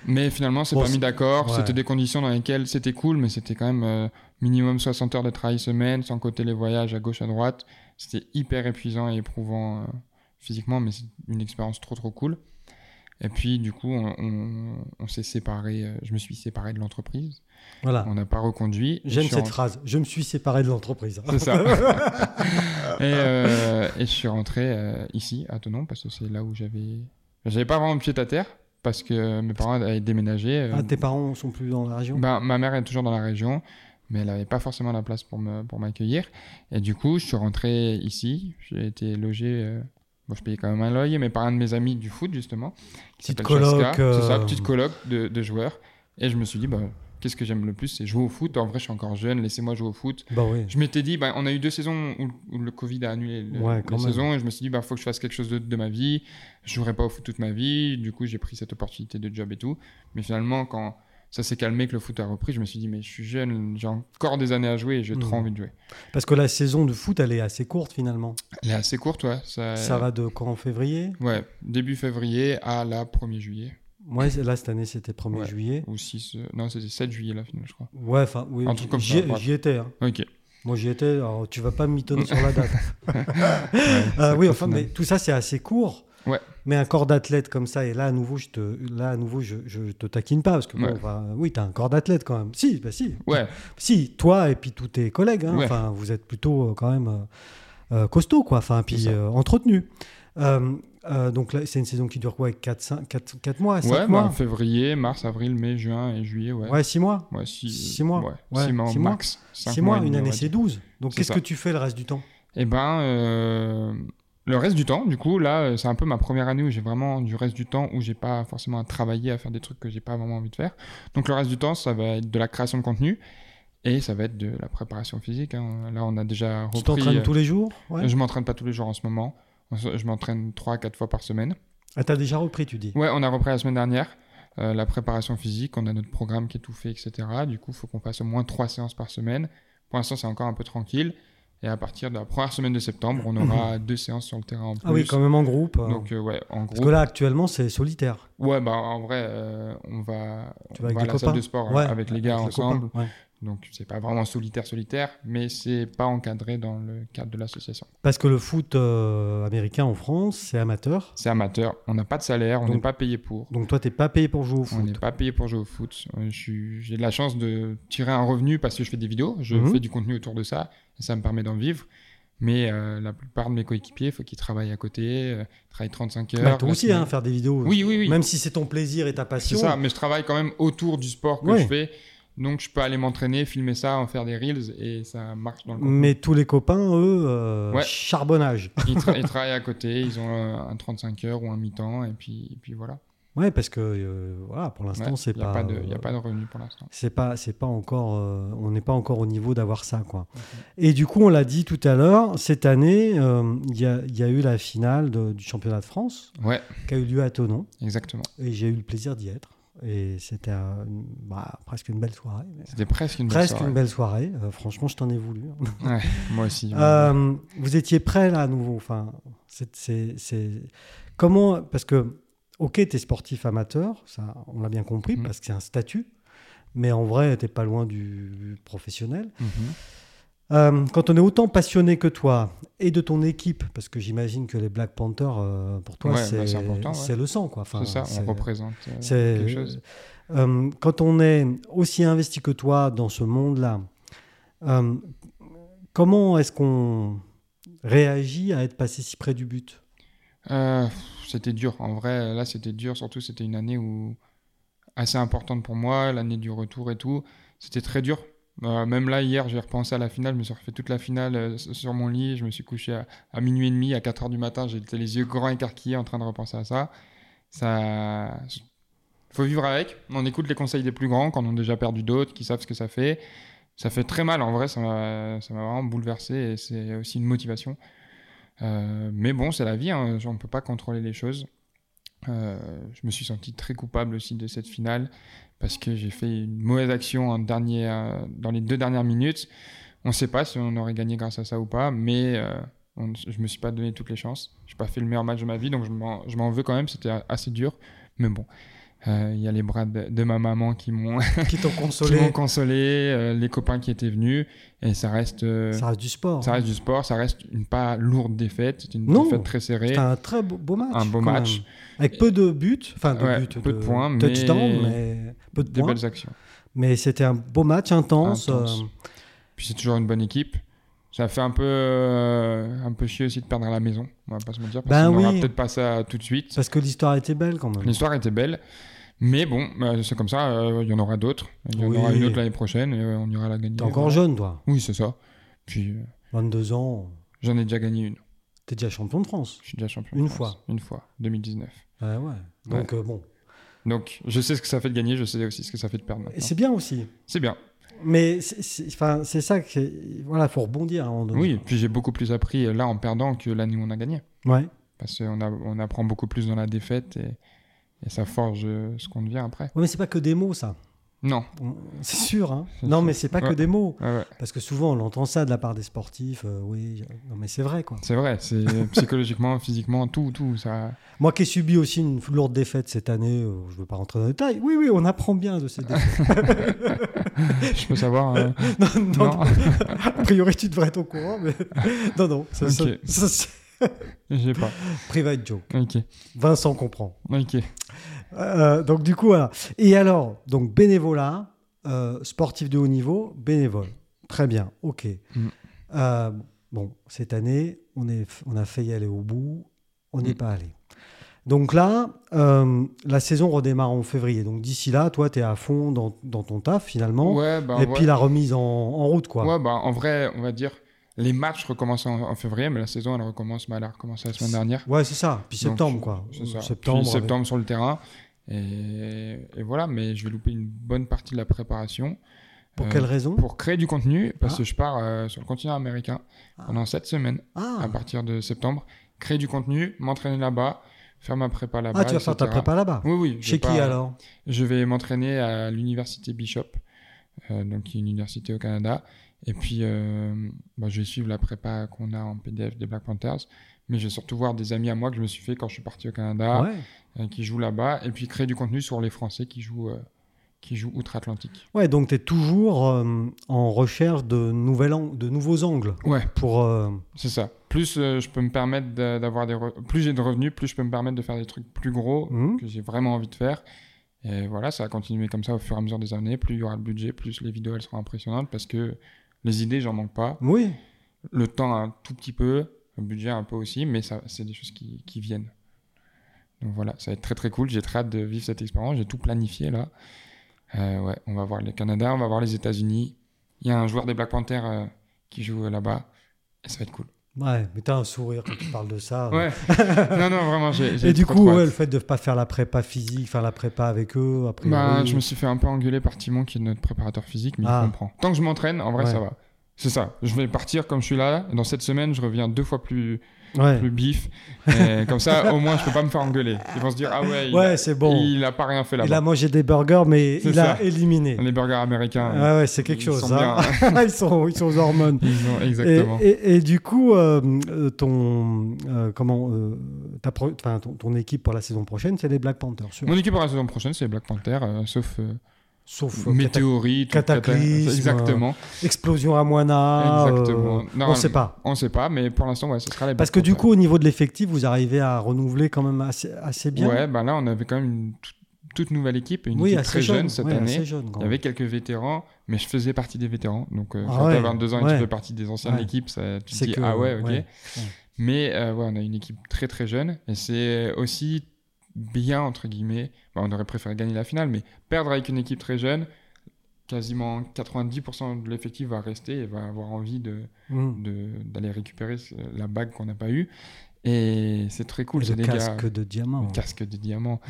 Speaker 1: mais finalement, c'est
Speaker 2: Bon,
Speaker 1: pas mis
Speaker 2: c'est-
Speaker 1: d'accord.
Speaker 2: ouais.
Speaker 1: C'était des conditions dans lesquelles c'était cool, mais c'était quand même euh, minimum 60 heures de travail semaine, sans côté les voyages à gauche, à droite. C'était hyper épuisant et éprouvant euh, physiquement, mais c'est une expérience trop, trop cool. Et puis, du coup, on, on- on s'est séparé. Je me suis séparé de l'entreprise.
Speaker 2: Voilà.
Speaker 1: On n'a pas reconduit. Et
Speaker 2: J'aime
Speaker 1: je suis
Speaker 2: cette
Speaker 1: rentré-
Speaker 2: phrase. Je me suis séparé de l'entreprise.
Speaker 1: C'est ça. et, euh, et je suis rentré euh, ici, à Tonon, parce que c'est là où j'avais. J'avais pas vraiment de pied à terre, parce que mes parents avaient déménagé. euh,
Speaker 2: Ah, tes parents sont plus dans la région
Speaker 1: ben, ma mère est toujours dans la région, mais elle n'avait pas forcément la place pour me- pour m'accueillir. et du coup, je suis rentré ici. J'ai été logé. euh, Bon, je payais quand même un loyer, mais par un de mes amis du foot, justement. qui
Speaker 2: Petite
Speaker 1: s'appelle Chaska.
Speaker 2: coloc, euh,
Speaker 1: C'est ça, petite coloc de, de joueurs. Et je me suis dit, bah, qu'est-ce que j'aime le plus C'est jouer au foot. En vrai, je suis encore jeune, laissez-moi jouer au foot.
Speaker 2: Bah oui.
Speaker 1: Je m'étais dit, bah, on a eu deux saisons où, où le Covid a annulé le,
Speaker 2: Ouais,
Speaker 1: la
Speaker 2: quand même.
Speaker 1: saison et je me suis dit, bah, faut que je fasse quelque chose d'autre de ma vie. Je jouerai pas au foot toute ma vie. Du coup, j'ai pris cette opportunité de job et tout. Mais finalement, quand ça s'est calmé, que le foot a repris, je me suis dit, mais je suis jeune, j'ai encore des années à jouer et j'ai
Speaker 2: Mhm.
Speaker 1: trop envie de jouer.
Speaker 2: Parce que la saison de foot, elle est assez courte finalement.
Speaker 1: Elle est assez courte, ouais. Ça,
Speaker 2: Ça va de quand en février
Speaker 1: Ouais, début février à la 1er juillet.
Speaker 2: Moi, c'est- là, cette année, c'était 1er
Speaker 1: Ouais.
Speaker 2: juillet.
Speaker 1: Ou 6. euh, non, c'était 7 juillet la finale, je crois.
Speaker 2: Ouais, enfin, oui,
Speaker 1: Un truc comme ça,
Speaker 2: j'y
Speaker 1: bref.
Speaker 2: j'y étais. hein.
Speaker 1: Ok.
Speaker 2: Moi, j'y étais. Alors, tu vas pas me mitonner sur la date.
Speaker 1: Ouais,
Speaker 2: Euh,
Speaker 1: c'est
Speaker 2: oui,
Speaker 1: au
Speaker 2: enfin,
Speaker 1: final.
Speaker 2: mais tout ça, c'est assez court.
Speaker 1: Ouais.
Speaker 2: Mais un corps d'athlète comme ça, et là, à nouveau, je te, là, à nouveau, je, je te taquine pas. Parce que, bon,
Speaker 1: Ouais.
Speaker 2: enfin, oui, t'as un corps d'athlète quand même. Si, bah si.
Speaker 1: Ouais,
Speaker 2: Si, toi et puis tous tes collègues, hein,
Speaker 1: Ouais.
Speaker 2: enfin, vous êtes plutôt euh, quand même euh, euh, costaud, quoi, enfin, puis
Speaker 1: ça.
Speaker 2: euh, entretenu. Euh, euh, donc là, c'est une saison qui dure quoi 4, mois 5
Speaker 1: ouais bah,
Speaker 2: mois
Speaker 1: février, mars, avril, mai, juin et juillet, ouais.
Speaker 2: Ouais, 6 mois
Speaker 1: Ouais, six, euh,
Speaker 2: Six mois.
Speaker 1: Ouais,
Speaker 2: Ouais,
Speaker 1: six mois
Speaker 2: six mois.
Speaker 1: max. Cinq
Speaker 2: 6 mois,
Speaker 1: et
Speaker 2: une
Speaker 1: demi,
Speaker 2: année,
Speaker 1: ouais.
Speaker 2: c'est 12. Donc
Speaker 1: C'est
Speaker 2: qu'est-ce
Speaker 1: ça.
Speaker 2: que tu fais le reste du temps
Speaker 1: et ben euh, le reste du temps, du coup, là, euh, c'est un peu ma première année où j'ai vraiment du reste du temps où j'ai pas forcément à travailler, à faire des trucs que j'ai pas vraiment envie de faire. Donc le reste du temps, ça va être de la création de contenu. Et ça va être de la préparation physique. hein. Là, on a déjà repris. euh,
Speaker 2: Tu t'entraînes tous les jours ouais.
Speaker 1: Je m'entraîne pas tous les jours en ce moment. Je m'entraîne 3 à 4 fois par semaine.
Speaker 2: Ah, t'as déjà repris, tu dis.
Speaker 1: Ouais, on a repris la semaine dernière. euh, la préparation physique, on a notre programme qui est tout fait, etc. Du coup, il faut qu'on fasse au moins 3 séances par semaine. Pour l'instant, c'est encore un peu tranquille. Et à partir de la première semaine de septembre, on aura deux séances sur le terrain en plus.
Speaker 2: Ah oui, quand même en groupe. euh,
Speaker 1: Donc, euh, ouais, en
Speaker 2: Parce que
Speaker 1: gros.
Speaker 2: là, actuellement, c'est solitaire.
Speaker 1: Ouais, bah, en vrai, euh, on va,
Speaker 2: Tu
Speaker 1: on
Speaker 2: vas avec
Speaker 1: va
Speaker 2: des
Speaker 1: à la
Speaker 2: copains.
Speaker 1: salle de sport
Speaker 2: Ouais,
Speaker 1: euh, avec les gars
Speaker 2: Avec les
Speaker 1: ensemble.
Speaker 2: copains, ouais.
Speaker 1: Donc, c'est pas vraiment solitaire, solitaire, mais c'est pas encadré dans le cadre de l'association.
Speaker 2: Parce que le foot euh, américain en France, c'est amateur.
Speaker 1: C'est amateur, on n'a pas de salaire, on
Speaker 2: Donc-
Speaker 1: n'est pas payé pour.
Speaker 2: Donc toi, t'es pas payé pour jouer au
Speaker 1: On n'est
Speaker 2: foot.
Speaker 1: pas payé pour jouer au foot. Euh, je suis- J'ai de la chance de tirer un revenu parce que je fais des vidéos, je
Speaker 2: Mhm.
Speaker 1: fais du contenu autour de ça, et ça me permet d'en vivre. Mais euh, la plupart de mes coéquipiers, il faut qu'ils travaillent à côté, euh, travaillent 35 heures.
Speaker 2: Bah, toi
Speaker 1: la
Speaker 2: aussi,
Speaker 1: semaine.
Speaker 2: hein, faire des vidéos.
Speaker 1: Oui, oui, oui.
Speaker 2: Même si c'est ton plaisir et ta
Speaker 1: C'est
Speaker 2: passion.
Speaker 1: ça, mais je travaille quand même autour du sport que
Speaker 2: Ouais.
Speaker 1: je fais. Donc je peux aller m'entraîner, filmer ça, en faire des reels et ça marche dans le contenu.
Speaker 2: Mais tous les copains, eux, euh,
Speaker 1: Ouais.
Speaker 2: charbonnage.
Speaker 1: Ils, tra- ils travaillent à côté, ils ont euh, un 35 heures ou un mi-temps et puis, et puis voilà.
Speaker 2: Ouais, parce que euh, voilà, pour l'instant, c'est
Speaker 1: Il n'y a, pas
Speaker 2: pas.
Speaker 1: de- y a
Speaker 2: euh,
Speaker 1: pas de revenu pour l'instant.
Speaker 2: C'est pas, c'est pas encore, euh, on n'est pas encore au niveau d'avoir ça, quoi. Et du coup, on l'a dit tout à l'heure, cette année, euh, il y, a- il y a eu la finale de- du championnat de France
Speaker 1: Ouais,
Speaker 2: qui a eu lieu à Tonon,
Speaker 1: exactement.
Speaker 2: et j'ai eu le plaisir d'y être. Et c'était euh, une- bah, presque une belle soirée. mais-
Speaker 1: C'était presque une belle
Speaker 2: Presque
Speaker 1: soirée.
Speaker 2: une belle soirée. euh, franchement, je t'en ai voulu. hein.
Speaker 1: Ouais, moi aussi. ouais.
Speaker 2: Euh, vous étiez prêt là à nouveau. Enfin, c'est, c'est- c'est- comment Parce que, ok, t'es sportif amateur, ça, on l'a bien compris,
Speaker 1: Mhm.
Speaker 2: parce que c'est un statut. Mais en vrai, t'es pas loin du professionnel.
Speaker 1: Mhm.
Speaker 2: Euh, quand on est autant passionné que toi et de ton équipe, parce que j'imagine que les Black Panthers, euh, pour toi,
Speaker 1: Ouais, bah,
Speaker 2: c'est,
Speaker 1: c'est important, ouais.
Speaker 2: c'est le sang, quoi. Enfin,
Speaker 1: c'est ça, on représente euh,
Speaker 2: c'est-
Speaker 1: quelque chose.
Speaker 2: euh, quand on est aussi investi que toi dans ce monde-là, euh, comment est-ce qu'on réagit à être passé si près du but
Speaker 1: Euh, pff, c'était dur, en vrai, là c'était dur, surtout c'était une année où assez importante pour moi, l'année du retour et tout, c'était très dur. Euh, même là, hier, j'ai repensé à la finale, je me suis refait toute la finale euh, s- sur mon lit, je me suis couché à, à minuit et demi, à 4h du matin, j'étais les yeux grands écarquillés en train de repenser à ça. Ça... Faut vivre avec, on écoute les conseils des plus grands, qui en ont déjà perdu d'autres, qui savent ce que ça fait. Ça fait très mal, en vrai, ça m'a ça m'a vraiment bouleversé et c'est aussi une motivation. Euh, mais bon, c'est la vie, hein, on ne peut pas contrôler les choses. Euh, je me suis senti très coupable aussi de cette finale parce que j'ai fait une mauvaise action en dernier, euh, dans les deux dernières minutes. On ne sait pas si on aurait gagné grâce à ça ou pas, mais euh, on- je ne me suis pas donné toutes les chances. Je n'ai pas fait le meilleur match de ma vie, donc je m'en je m'en veux quand même, c'était assez dur. Mais bon, Euh, il y a les bras de- de ma maman qui m'ont
Speaker 2: Qui t'ont
Speaker 1: qui m'ont
Speaker 2: consolé
Speaker 1: consolé, euh, les copains qui étaient venus, et ça reste... euh,
Speaker 2: Ça reste du sport.
Speaker 1: ça reste du sport, ça reste une pas lourde défaite, c'est une
Speaker 2: Oh. Non.
Speaker 1: défaite très serrée.
Speaker 2: C'était un très beau, beau match.
Speaker 1: Un beau
Speaker 2: quand
Speaker 1: match.
Speaker 2: même. Avec peu de buts, enfin de
Speaker 1: Ouais,
Speaker 2: buts,
Speaker 1: peu de points, mais-
Speaker 2: touchdown, mais peu de
Speaker 1: Des
Speaker 2: points.
Speaker 1: belles actions.
Speaker 2: Mais c'était un beau match intense.
Speaker 1: Intense.
Speaker 2: euh,
Speaker 1: Puis c'est toujours une bonne équipe. Ça fait un peu, euh, un peu chier aussi de perdre à la maison, on va pas se mentir, parce
Speaker 2: Ben
Speaker 1: qu'on n'aura
Speaker 2: oui.
Speaker 1: peut-être pas ça tout de suite.
Speaker 2: parce que l'histoire était belle quand même.
Speaker 1: L'histoire était belle, mais bon, euh, c'est comme ça, euh, il y en aura d'autres. Il y en
Speaker 2: Oui.
Speaker 1: aura une autre l'année prochaine, et euh, on ira la gagner.
Speaker 2: T'es encore jeune, toi.
Speaker 1: Oui, c'est ça. Puis euh,
Speaker 2: 22 ans,
Speaker 1: j'en ai déjà gagné une.
Speaker 2: t'es déjà champion de France.
Speaker 1: Je suis déjà champion. de
Speaker 2: Une
Speaker 1: France. Une fois, 2019.
Speaker 2: Ouais, ouais. Donc euh, bon,
Speaker 1: Donc je sais ce que ça fait de gagner, je sais aussi ce que ça fait de perdre.
Speaker 2: Et
Speaker 1: maintenant.
Speaker 2: c'est bien aussi.
Speaker 1: C'est bien.
Speaker 2: Mais c'est- c'est enfin, c'est ça que. Voilà, faut rebondir à un moment donné.
Speaker 1: Oui, puis j'ai beaucoup plus appris euh, là en perdant que l'année où on a gagné.
Speaker 2: Ouais.
Speaker 1: Parce qu'on a- on apprend beaucoup plus dans la défaite et, et ça forge euh, ce qu'on devient après.
Speaker 2: Ouais, mais c'est pas que des mots, ça.
Speaker 1: Non,
Speaker 2: On- C'est sûr, hein.
Speaker 1: C'est
Speaker 2: Non,
Speaker 1: sûr.
Speaker 2: mais c'est pas que
Speaker 1: Ouais.
Speaker 2: des mots.
Speaker 1: ouais, ouais,
Speaker 2: Parce que souvent, on entend ça de la part des sportifs. euh, oui, je- non, mais c'est vrai, quoi.
Speaker 1: c'est vrai, c'est psychologiquement, physiquement, tout, tout. Ça...
Speaker 2: Moi qui ai subi aussi une lourde défaite cette année, euh, je veux pas rentrer dans le détail. Oui, oui, on apprend bien de ces défaites.
Speaker 1: Je peux savoir. euh,
Speaker 2: non, non,
Speaker 1: non,
Speaker 2: a priori, tu devrais être au courant, mais. non, non. ça- ça-
Speaker 1: Ok.
Speaker 2: ça- c'est-
Speaker 1: j'ai pas.
Speaker 2: Private joke.
Speaker 1: Ok,
Speaker 2: Vincent comprend.
Speaker 1: ok.
Speaker 2: Euh, donc du coup, voilà. Et alors, donc bénévolat, euh, sportif de haut niveau, bénévole. Très bien, ok.
Speaker 1: Mm.
Speaker 2: Euh, bon, cette année, on, est, on a failli aller au bout, on n'est
Speaker 1: Mm.
Speaker 2: pas allé. Donc là, euh, la saison redémarre en février. Donc d'ici là, toi, tu es à fond dans, dans ton taf finalement.
Speaker 1: Ouais, bah,
Speaker 2: et
Speaker 1: ouais.
Speaker 2: puis la remise en, en route, quoi.
Speaker 1: Ouais, bah, en vrai, on va dire, Les matchs recommencent en, en février, mais la saison, elle recommence, bah, elle a recommencé la semaine dernière.
Speaker 2: Ouais, c'est ça. Puis septembre,
Speaker 1: Donc,
Speaker 2: quoi.
Speaker 1: C'est ça.
Speaker 2: Septembre.
Speaker 1: Puis
Speaker 2: avec-
Speaker 1: septembre sur le terrain. Et, et voilà, mais je vais louper une bonne partie de la préparation.
Speaker 2: Pour
Speaker 1: Euh,
Speaker 2: quelle raison
Speaker 1: Pour créer du contenu, parce
Speaker 2: Ah.
Speaker 1: que je pars euh, sur le continent américain
Speaker 2: Ah.
Speaker 1: pendant sept semaines
Speaker 2: Ah,
Speaker 1: à partir de septembre. Créer du contenu, m'entraîner là-bas, faire ma prépa là-bas.
Speaker 2: Ah, tu vas faire ta
Speaker 1: etc..
Speaker 2: prépa là-bas.
Speaker 1: Oui, oui. je
Speaker 2: Chez
Speaker 1: vais
Speaker 2: qui
Speaker 1: pas-
Speaker 2: alors
Speaker 1: Je vais m'entraîner à l'université Bishop, euh, donc qui est une université au Canada. Et puis, euh, bah, je vais suivre la prépa qu'on a en PDF des Black Panthers. Mais je vais surtout voir des amis à moi que je me suis fait quand je suis parti au Canada,
Speaker 2: Ah Ouais.
Speaker 1: euh, qui jouent là-bas. Et puis, créer du contenu sur les Français qui jouent, euh, qui jouent outre-Atlantique.
Speaker 2: Ouais, donc tu es toujours euh, en recherche de, nouvelles ang- de nouveaux angles
Speaker 1: Ouais,
Speaker 2: pour. euh,
Speaker 1: c'est ça. Plus euh, je peux me permettre d'a- d'avoir des. re- Plus j'ai de revenus, plus je peux me permettre de faire des trucs plus gros
Speaker 2: hmm.
Speaker 1: que j'ai vraiment envie de faire. Et voilà, ça va continuer comme ça au fur et à mesure des années. Plus il y aura le budget, plus les vidéos elles seront impressionnantes parce que les idées, j'en manque pas.
Speaker 2: Oui.
Speaker 1: Le temps, un tout petit peu. Le budget, un peu aussi. Mais ça, c'est des choses qui, qui viennent. Donc voilà, ça va être très très cool. J'ai très hâte de vivre cette expérience. J'ai tout planifié là. Euh, ouais, on va voir le Canada, on va voir les États-Unis. Il y a un joueur des Black Panthers euh, qui joue euh, là-bas. Et ça va être cool.
Speaker 2: Ouais, mais t'as un sourire quand tu parles de ça.
Speaker 1: Ouais. non, non, vraiment, j'ai. j'ai
Speaker 2: Et du
Speaker 1: trop,
Speaker 2: coup,
Speaker 1: trop hâte.
Speaker 2: ouais, le fait de ne pas faire la prépa physique, faire la prépa avec eux, après.
Speaker 1: Bah, je me suis fait un peu engueuler par Timon, qui est notre préparateur physique, mais
Speaker 2: Ah.
Speaker 1: il comprend. Tant que je m'entraîne, en vrai,
Speaker 2: Ouais.
Speaker 1: ça va. C'est ça. Je vais partir comme je suis là. Dans cette semaine, je reviens deux fois plus,
Speaker 2: Ouais,
Speaker 1: plus bif. Et comme ça, au moins, je peux pas me faire engueuler. Ils vont se dire, ah ouais, il,
Speaker 2: ouais c'est bon.
Speaker 1: il a pas rien fait
Speaker 2: Il a
Speaker 1: là-bas.
Speaker 2: mangé des burgers, mais
Speaker 1: C'est
Speaker 2: il a
Speaker 1: ça.
Speaker 2: éliminé. Ah
Speaker 1: Les burgers américains.
Speaker 2: Ouais, ouais, c'est quelque
Speaker 1: Ils
Speaker 2: chose.
Speaker 1: sont
Speaker 2: hein. ils, sont, ils sont aux hormones.
Speaker 1: Ils ont,
Speaker 2: Et,
Speaker 1: exactement.
Speaker 2: et- et du coup, euh, euh, ton, euh, comment, euh, ta pro- enfin, ton, ton équipe pour la saison prochaine, c'est les Black Panthers. sûr.
Speaker 1: Mon équipe pour la saison prochaine, c'est Black Panther, euh, sauf euh,
Speaker 2: Sauf euh,
Speaker 1: météorite, ou cata-
Speaker 2: cataclysme,
Speaker 1: Exactement.
Speaker 2: cata- Explosion à Moina.
Speaker 1: Exactement.
Speaker 2: euh,
Speaker 1: Non,
Speaker 2: on ne sait pas.
Speaker 1: On sait pas, mais pour l'instant, ouais, ce sera les
Speaker 2: Parce que
Speaker 1: Black
Speaker 2: du
Speaker 1: Panthers.
Speaker 2: coup, au niveau de l'effectif, vous arrivez à renouveler quand même assez, assez bien.
Speaker 1: Ouais, bah là, on avait quand même une t- toute nouvelle équipe, une
Speaker 2: oui,
Speaker 1: équipe
Speaker 2: assez
Speaker 1: très jeune, cette
Speaker 2: ouais,
Speaker 1: année.
Speaker 2: assez jeune, quand
Speaker 1: Il y
Speaker 2: même.
Speaker 1: avait quelques vétérans, mais je faisais partie des vétérans. Donc, euh,
Speaker 2: Ah
Speaker 1: quand
Speaker 2: ouais,
Speaker 1: t'as 22 ans et
Speaker 2: ouais.
Speaker 1: tu fais partie des anciennes
Speaker 2: Ouais.
Speaker 1: équipes, ça, tu te
Speaker 2: C'est
Speaker 1: dis
Speaker 2: que-
Speaker 1: ah ouais, ok.
Speaker 2: ouais,
Speaker 1: Mais euh, ouais, on a une équipe très très jeune et c'est aussi bien, entre guillemets. Bah, on aurait préféré gagner la finale, mais perdre avec une équipe très jeune, quasiment 90% de l'effectif va rester et va avoir envie de,
Speaker 2: Mm.
Speaker 1: de- d'aller récupérer ce- la bague qu'on n'a pas eue. Et c'est très cool,
Speaker 2: Et
Speaker 1: c'est des
Speaker 2: le casque
Speaker 1: gars.
Speaker 2: de diamant.
Speaker 1: le Casque de diamant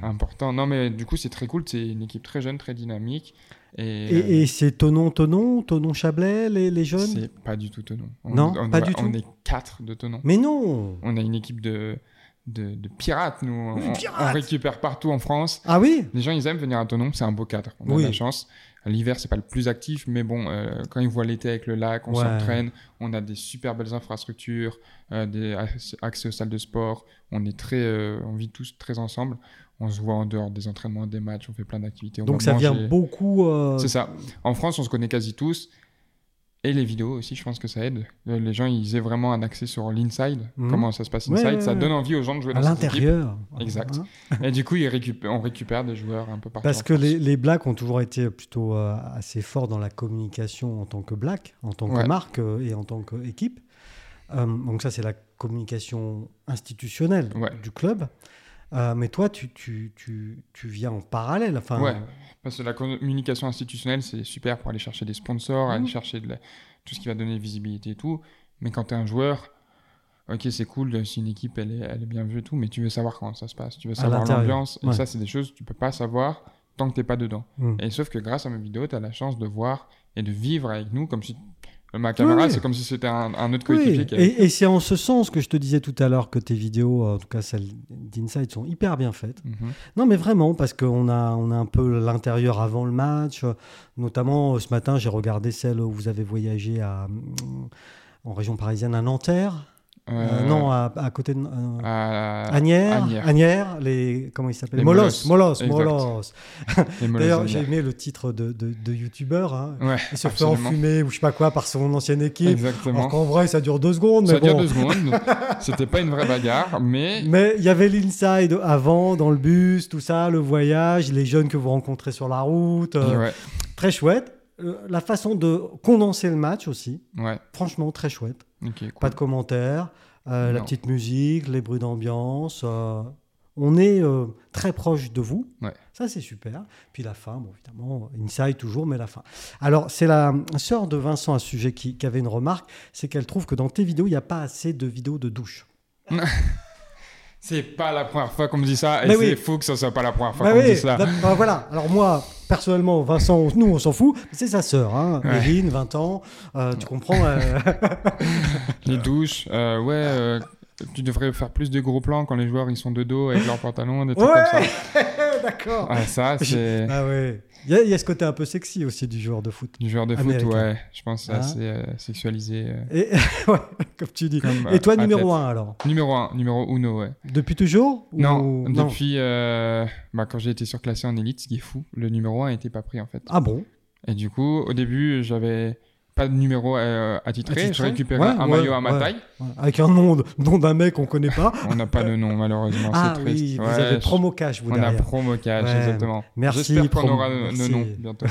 Speaker 2: Mm.
Speaker 1: important. Non, mais du coup, c'est très cool. C'est une équipe très jeune, très dynamique. Et, euh,
Speaker 2: Et, et c'est Tonon, Tonon, Tonon Chablais, les, les jeunes
Speaker 1: c'est pas du tout Tonon.
Speaker 2: Non, pas du
Speaker 1: On
Speaker 2: tout.
Speaker 1: est quatre de Tonon.
Speaker 2: Mais non
Speaker 1: On a une équipe de, de, de pirates, nous. On,
Speaker 2: pirates
Speaker 1: on récupère partout en France.
Speaker 2: Ah oui
Speaker 1: Les gens, ils aiment venir à Tonon. C'est un beau cadre. On a
Speaker 2: Oui.
Speaker 1: de la chance. L'hiver, c'est pas le plus actif, mais bon, euh, quand ils voient l'été avec le lac, on
Speaker 2: Ouais.
Speaker 1: s'entraîne. On a des super belles infrastructures, euh, des acc- accès aux salles de sport. On est très, euh, on vit tous très ensemble. On se voit en dehors des entraînements, des matchs. On fait plein d'activités. on
Speaker 2: Donc
Speaker 1: va
Speaker 2: ça vient
Speaker 1: manger.
Speaker 2: beaucoup... euh,
Speaker 1: C'est ça. En France, on se connaît quasi tous. Et les vidéos aussi, je pense que ça aide. Euh, Les gens, ils aient vraiment un accès sur l'inside,
Speaker 2: Mhm.
Speaker 1: comment ça se passe
Speaker 2: Ouais,
Speaker 1: inside.
Speaker 2: ouais,
Speaker 1: ça
Speaker 2: ouais.
Speaker 1: donne envie aux gens de jouer
Speaker 2: à
Speaker 1: dans cette équipe.
Speaker 2: l'intérieur.
Speaker 1: Exact.
Speaker 2: Hein
Speaker 1: Et du coup, ils récup- on récupère des joueurs un peu partout.
Speaker 2: Parce
Speaker 1: en
Speaker 2: que
Speaker 1: France.
Speaker 2: les, les Blacks ont toujours été plutôt euh, assez forts dans la communication en tant que Black, en tant que
Speaker 1: Ouais.
Speaker 2: marque euh, et en tant qu'équipe. Euh, donc ça, c'est la communication institutionnelle
Speaker 1: Ouais.
Speaker 2: du club. Euh, mais toi, tu, tu, tu, tu viens en parallèle. Enfin,
Speaker 1: Ouais. Parce que la communication institutionnelle, c'est super pour aller chercher des sponsors,
Speaker 2: Mhm.
Speaker 1: aller chercher de la- tout ce qui va donner visibilité et tout. Mais quand tu es un joueur, ok, c'est cool de- si une équipe, elle est, elle est bien vue et tout, mais tu veux savoir comment ça se passe. Tu veux savoir
Speaker 2: l'intérieur,
Speaker 1: l'ambiance. Et
Speaker 2: ouais.
Speaker 1: ça, c'est des choses que tu peux pas savoir tant que t'es pas dedans.
Speaker 2: Mm.
Speaker 1: Et sauf que grâce à mes vidéos, tu as la chance de voir et de vivre avec nous comme si euh, ma
Speaker 2: Oui,
Speaker 1: caméra,
Speaker 2: oui.
Speaker 1: c'est comme si c'était un, un autre
Speaker 2: Oui,
Speaker 1: coéquipier qui avait-
Speaker 2: et, et c'est en ce sens que je te disais tout à l'heure que tes vidéos, en tout cas celles d'Inside, sont hyper bien faites.
Speaker 1: Mhm.
Speaker 2: Non, mais vraiment, parce qu'on a, on a un peu l'intérieur avant le match. Euh, Notamment, euh, ce matin, j'ai regardé celle où vous avez voyagé à, mm, en région parisienne à Nanterre. Euh,
Speaker 1: Euh,
Speaker 2: non, à, à côté de. euh,
Speaker 1: à-
Speaker 2: Agnières,
Speaker 1: Agnières.
Speaker 2: Agnières, les comment ils s'appellent
Speaker 1: Les
Speaker 2: Molos, Molos,
Speaker 1: Exact.
Speaker 2: Molos.
Speaker 1: les Molles
Speaker 2: D'ailleurs, j'ai
Speaker 1: Agnières.
Speaker 2: aimé le titre de, de, de youtubeur. hein.
Speaker 1: Ouais,
Speaker 2: Il se fait
Speaker 1: absolument.
Speaker 2: enfumer ou je sais pas quoi par son ancienne équipe. Alors
Speaker 1: Exactement.
Speaker 2: qu'en vrai, ça dure deux secondes.
Speaker 1: Ça
Speaker 2: mais
Speaker 1: dure
Speaker 2: bon.
Speaker 1: deux secondes. C'était pas une vraie bagarre, mais
Speaker 2: Mais il y avait l'inside avant, dans le bus, tout ça, le voyage, les jeunes que vous rencontrez sur la route. euh,
Speaker 1: ouais,
Speaker 2: Très chouette. Euh, La façon de condenser le match aussi,
Speaker 1: ouais.
Speaker 2: franchement, très chouette.
Speaker 1: Ok, cool.
Speaker 2: Pas de commentaires, euh, la
Speaker 1: Non.
Speaker 2: petite musique, les bruits d'ambiance. euh, On est euh, très proche de vous.
Speaker 1: Ouais.
Speaker 2: Ça, c'est super. Puis la fin, bon, évidemment, Inside toujours, mais la fin. Alors, c'est la sœur de Vincent à ce sujet qui, qui avait une remarque c'est qu'elle trouve que dans tes vidéos, il n'y a pas assez de vidéos de douche.
Speaker 1: C'est pas la première fois qu'on me dit ça, et
Speaker 2: Mais
Speaker 1: c'est
Speaker 2: oui.
Speaker 1: fou que ce soit pas la première fois
Speaker 2: Bah
Speaker 1: qu'on me
Speaker 2: oui,
Speaker 1: dit ça.
Speaker 2: bah- bah voilà. Alors moi, personnellement, Vincent, on- nous, on s'en fout. mais C'est sa sœur, hein.
Speaker 1: Ouais.
Speaker 2: Méline, 20 ans. euh, tu comprends euh,
Speaker 1: Les douches, euh, ouais, euh, tu devrais faire plus de gros plans quand les joueurs ils sont de dos avec leurs pantalons, des trucs comme
Speaker 2: Ouais,
Speaker 1: ça.
Speaker 2: d'accord.
Speaker 1: Ah, ça, c'est
Speaker 2: Ah ouais. Il y, a- il y a ce côté un peu sexy aussi du joueur de foot.
Speaker 1: du joueur de foot,
Speaker 2: Américain.
Speaker 1: ouais. Je pense
Speaker 2: Ah.
Speaker 1: que c'est euh, sexualisé. euh,
Speaker 2: Et, ouais, comme tu dis.
Speaker 1: comme, euh,
Speaker 2: Et toi, numéro
Speaker 1: athlète.
Speaker 2: 1 alors
Speaker 1: Numéro 1, numéro uno, ouais.
Speaker 2: Depuis toujours ou-
Speaker 1: Non, depuis euh, bah, quand j'ai été surclassé en élite, ce qui est fou, le numéro 1 n'était pas pris en fait.
Speaker 2: Ah bon
Speaker 1: Et du coup, au début, j'avais pas de numéro euh, attitré.
Speaker 2: Attitré
Speaker 1: Je récupérais
Speaker 2: Ouais,
Speaker 1: un
Speaker 2: ouais,
Speaker 1: maillot à ma
Speaker 2: ouais.
Speaker 1: taille.
Speaker 2: Ouais, Avec un nom, de- nom d'un mec qu'on connaît pas.
Speaker 1: On n'a pas de nom, malheureusement.
Speaker 2: ah
Speaker 1: c'est triste.
Speaker 2: oui, vous
Speaker 1: Ouais,
Speaker 2: avez
Speaker 1: je-
Speaker 2: promo cash, vous
Speaker 1: On a
Speaker 2: derrière.
Speaker 1: promo cash,
Speaker 2: Ouais.
Speaker 1: exactement.
Speaker 2: Merci,
Speaker 1: J'espère qu'on
Speaker 2: promo.
Speaker 1: aura nos nos
Speaker 2: Merci.
Speaker 1: noms bientôt.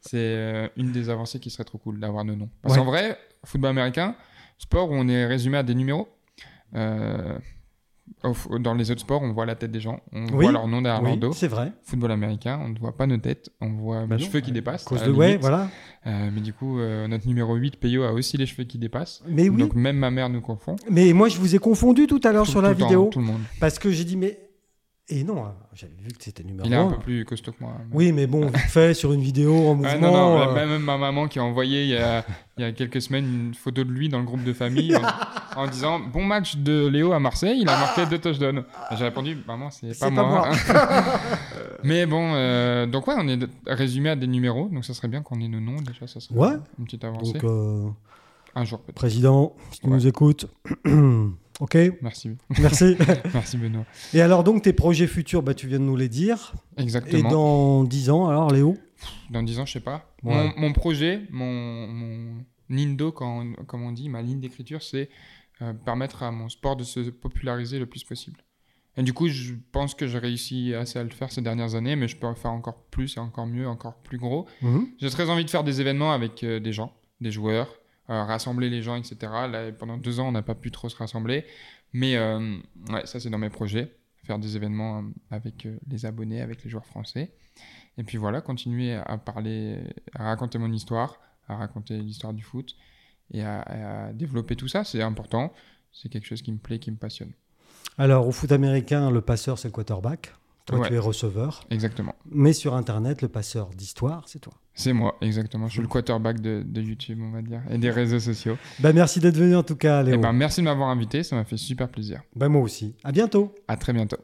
Speaker 1: c'est euh, une des avancées qui serait trop cool d'avoir nos noms. Parce
Speaker 2: Ouais.
Speaker 1: qu'en vrai, football américain, sport où on est résumé à des numéros. euh, au f- dans les autres sports, on voit la tête des gens, on
Speaker 2: Oui.
Speaker 1: voit leur nom derrière leur
Speaker 2: Oui,
Speaker 1: dos.
Speaker 2: c'est vrai.
Speaker 1: Football américain, on ne voit pas nos têtes, on voit
Speaker 2: Bah
Speaker 1: mes
Speaker 2: non,
Speaker 1: cheveux qui
Speaker 2: ouais.
Speaker 1: dépassent.
Speaker 2: Cause
Speaker 1: à
Speaker 2: de
Speaker 1: la
Speaker 2: ouais,
Speaker 1: limite.
Speaker 2: voilà.
Speaker 1: Euh, mais du coup, euh, notre numéro 8, Peyo, a aussi les cheveux qui dépassent.
Speaker 2: Mais Eh oui.
Speaker 1: Donc même ma mère nous confond.
Speaker 2: Mais moi, je vous ai confondu tout à l'heure
Speaker 1: Tout-
Speaker 2: sur la
Speaker 1: tout le temps,
Speaker 2: vidéo.
Speaker 1: tout le monde.
Speaker 2: Parce que j'ai dit, mais. Et non, hein, j'avais vu que c'était numéro
Speaker 1: Il est un
Speaker 2: un.
Speaker 1: peu plus costaud que moi. mais-
Speaker 2: Oui, mais bon, vite fait, sur une vidéo en mouvement.
Speaker 1: Ah non, non,
Speaker 2: euh,
Speaker 1: même ma maman qui a envoyé il y a, il y a quelques semaines une photo de lui dans le groupe de famille en, en disant Bon match de Léo à Marseille, il a marqué deux touchdowns. J'ai répondu Maman, c'est
Speaker 2: C'est
Speaker 1: pas,
Speaker 2: pas
Speaker 1: moi. hein. Mais bon, euh, donc ouais, on est résumé à des numéros, donc ça serait bien qu'on ait nos noms déjà, ça serait
Speaker 2: Ouais.
Speaker 1: une petite avancée.
Speaker 2: Donc, euh,
Speaker 1: Un jour peut-être.
Speaker 2: président, si tu
Speaker 1: Ouais.
Speaker 2: nous écoutes. ok,
Speaker 1: Merci,
Speaker 2: merci.
Speaker 1: merci Benoît.
Speaker 2: Et alors, donc, tes projets futurs, bah, tu viens de nous les dire.
Speaker 1: Exactement.
Speaker 2: Et dans 10 ans, alors, Léo
Speaker 1: dans 10 ans, je sais pas.
Speaker 2: Ouais.
Speaker 1: Mon, mon projet, mon, mon Nindo, quand, comme on dit, ma ligne d'écriture, c'est euh, permettre à mon sport de se populariser le plus possible. Et du coup, je pense que j'ai réussi assez à le faire ces dernières années, mais je peux en faire encore plus et encore mieux, encore plus gros. J'ai très envie de faire des événements avec euh, des gens, des joueurs, euh, rassembler les gens, etc. Là, pendant deux ans, on n'a pas pu trop se rassembler. Mais euh, ouais, ça, c'est dans mes projets. Faire des événements euh, avec euh, les abonnés, avec les joueurs français. Et puis voilà, continuer à parler, à raconter mon histoire, à raconter l'histoire du foot et à, à développer tout ça. C'est important. C'est quelque chose qui me plaît, qui me passionne.
Speaker 2: Alors, au foot américain, le passeur, c'est le quarterback. Toi,
Speaker 1: Ouais.
Speaker 2: tu es receveur.
Speaker 1: Exactement.
Speaker 2: Mais sur Internet, le passeur d'histoire, c'est toi.
Speaker 1: C'est moi, exactement. Je suis le quarterback de, de YouTube, on va dire, et des réseaux sociaux. Eh ben,
Speaker 2: Bah, merci d'être venu, en tout cas,
Speaker 1: Et
Speaker 2: Léo.
Speaker 1: ben, merci de m'avoir invité. Ça m'a fait super plaisir.
Speaker 2: Bah, moi aussi. À bientôt.
Speaker 1: À très bientôt.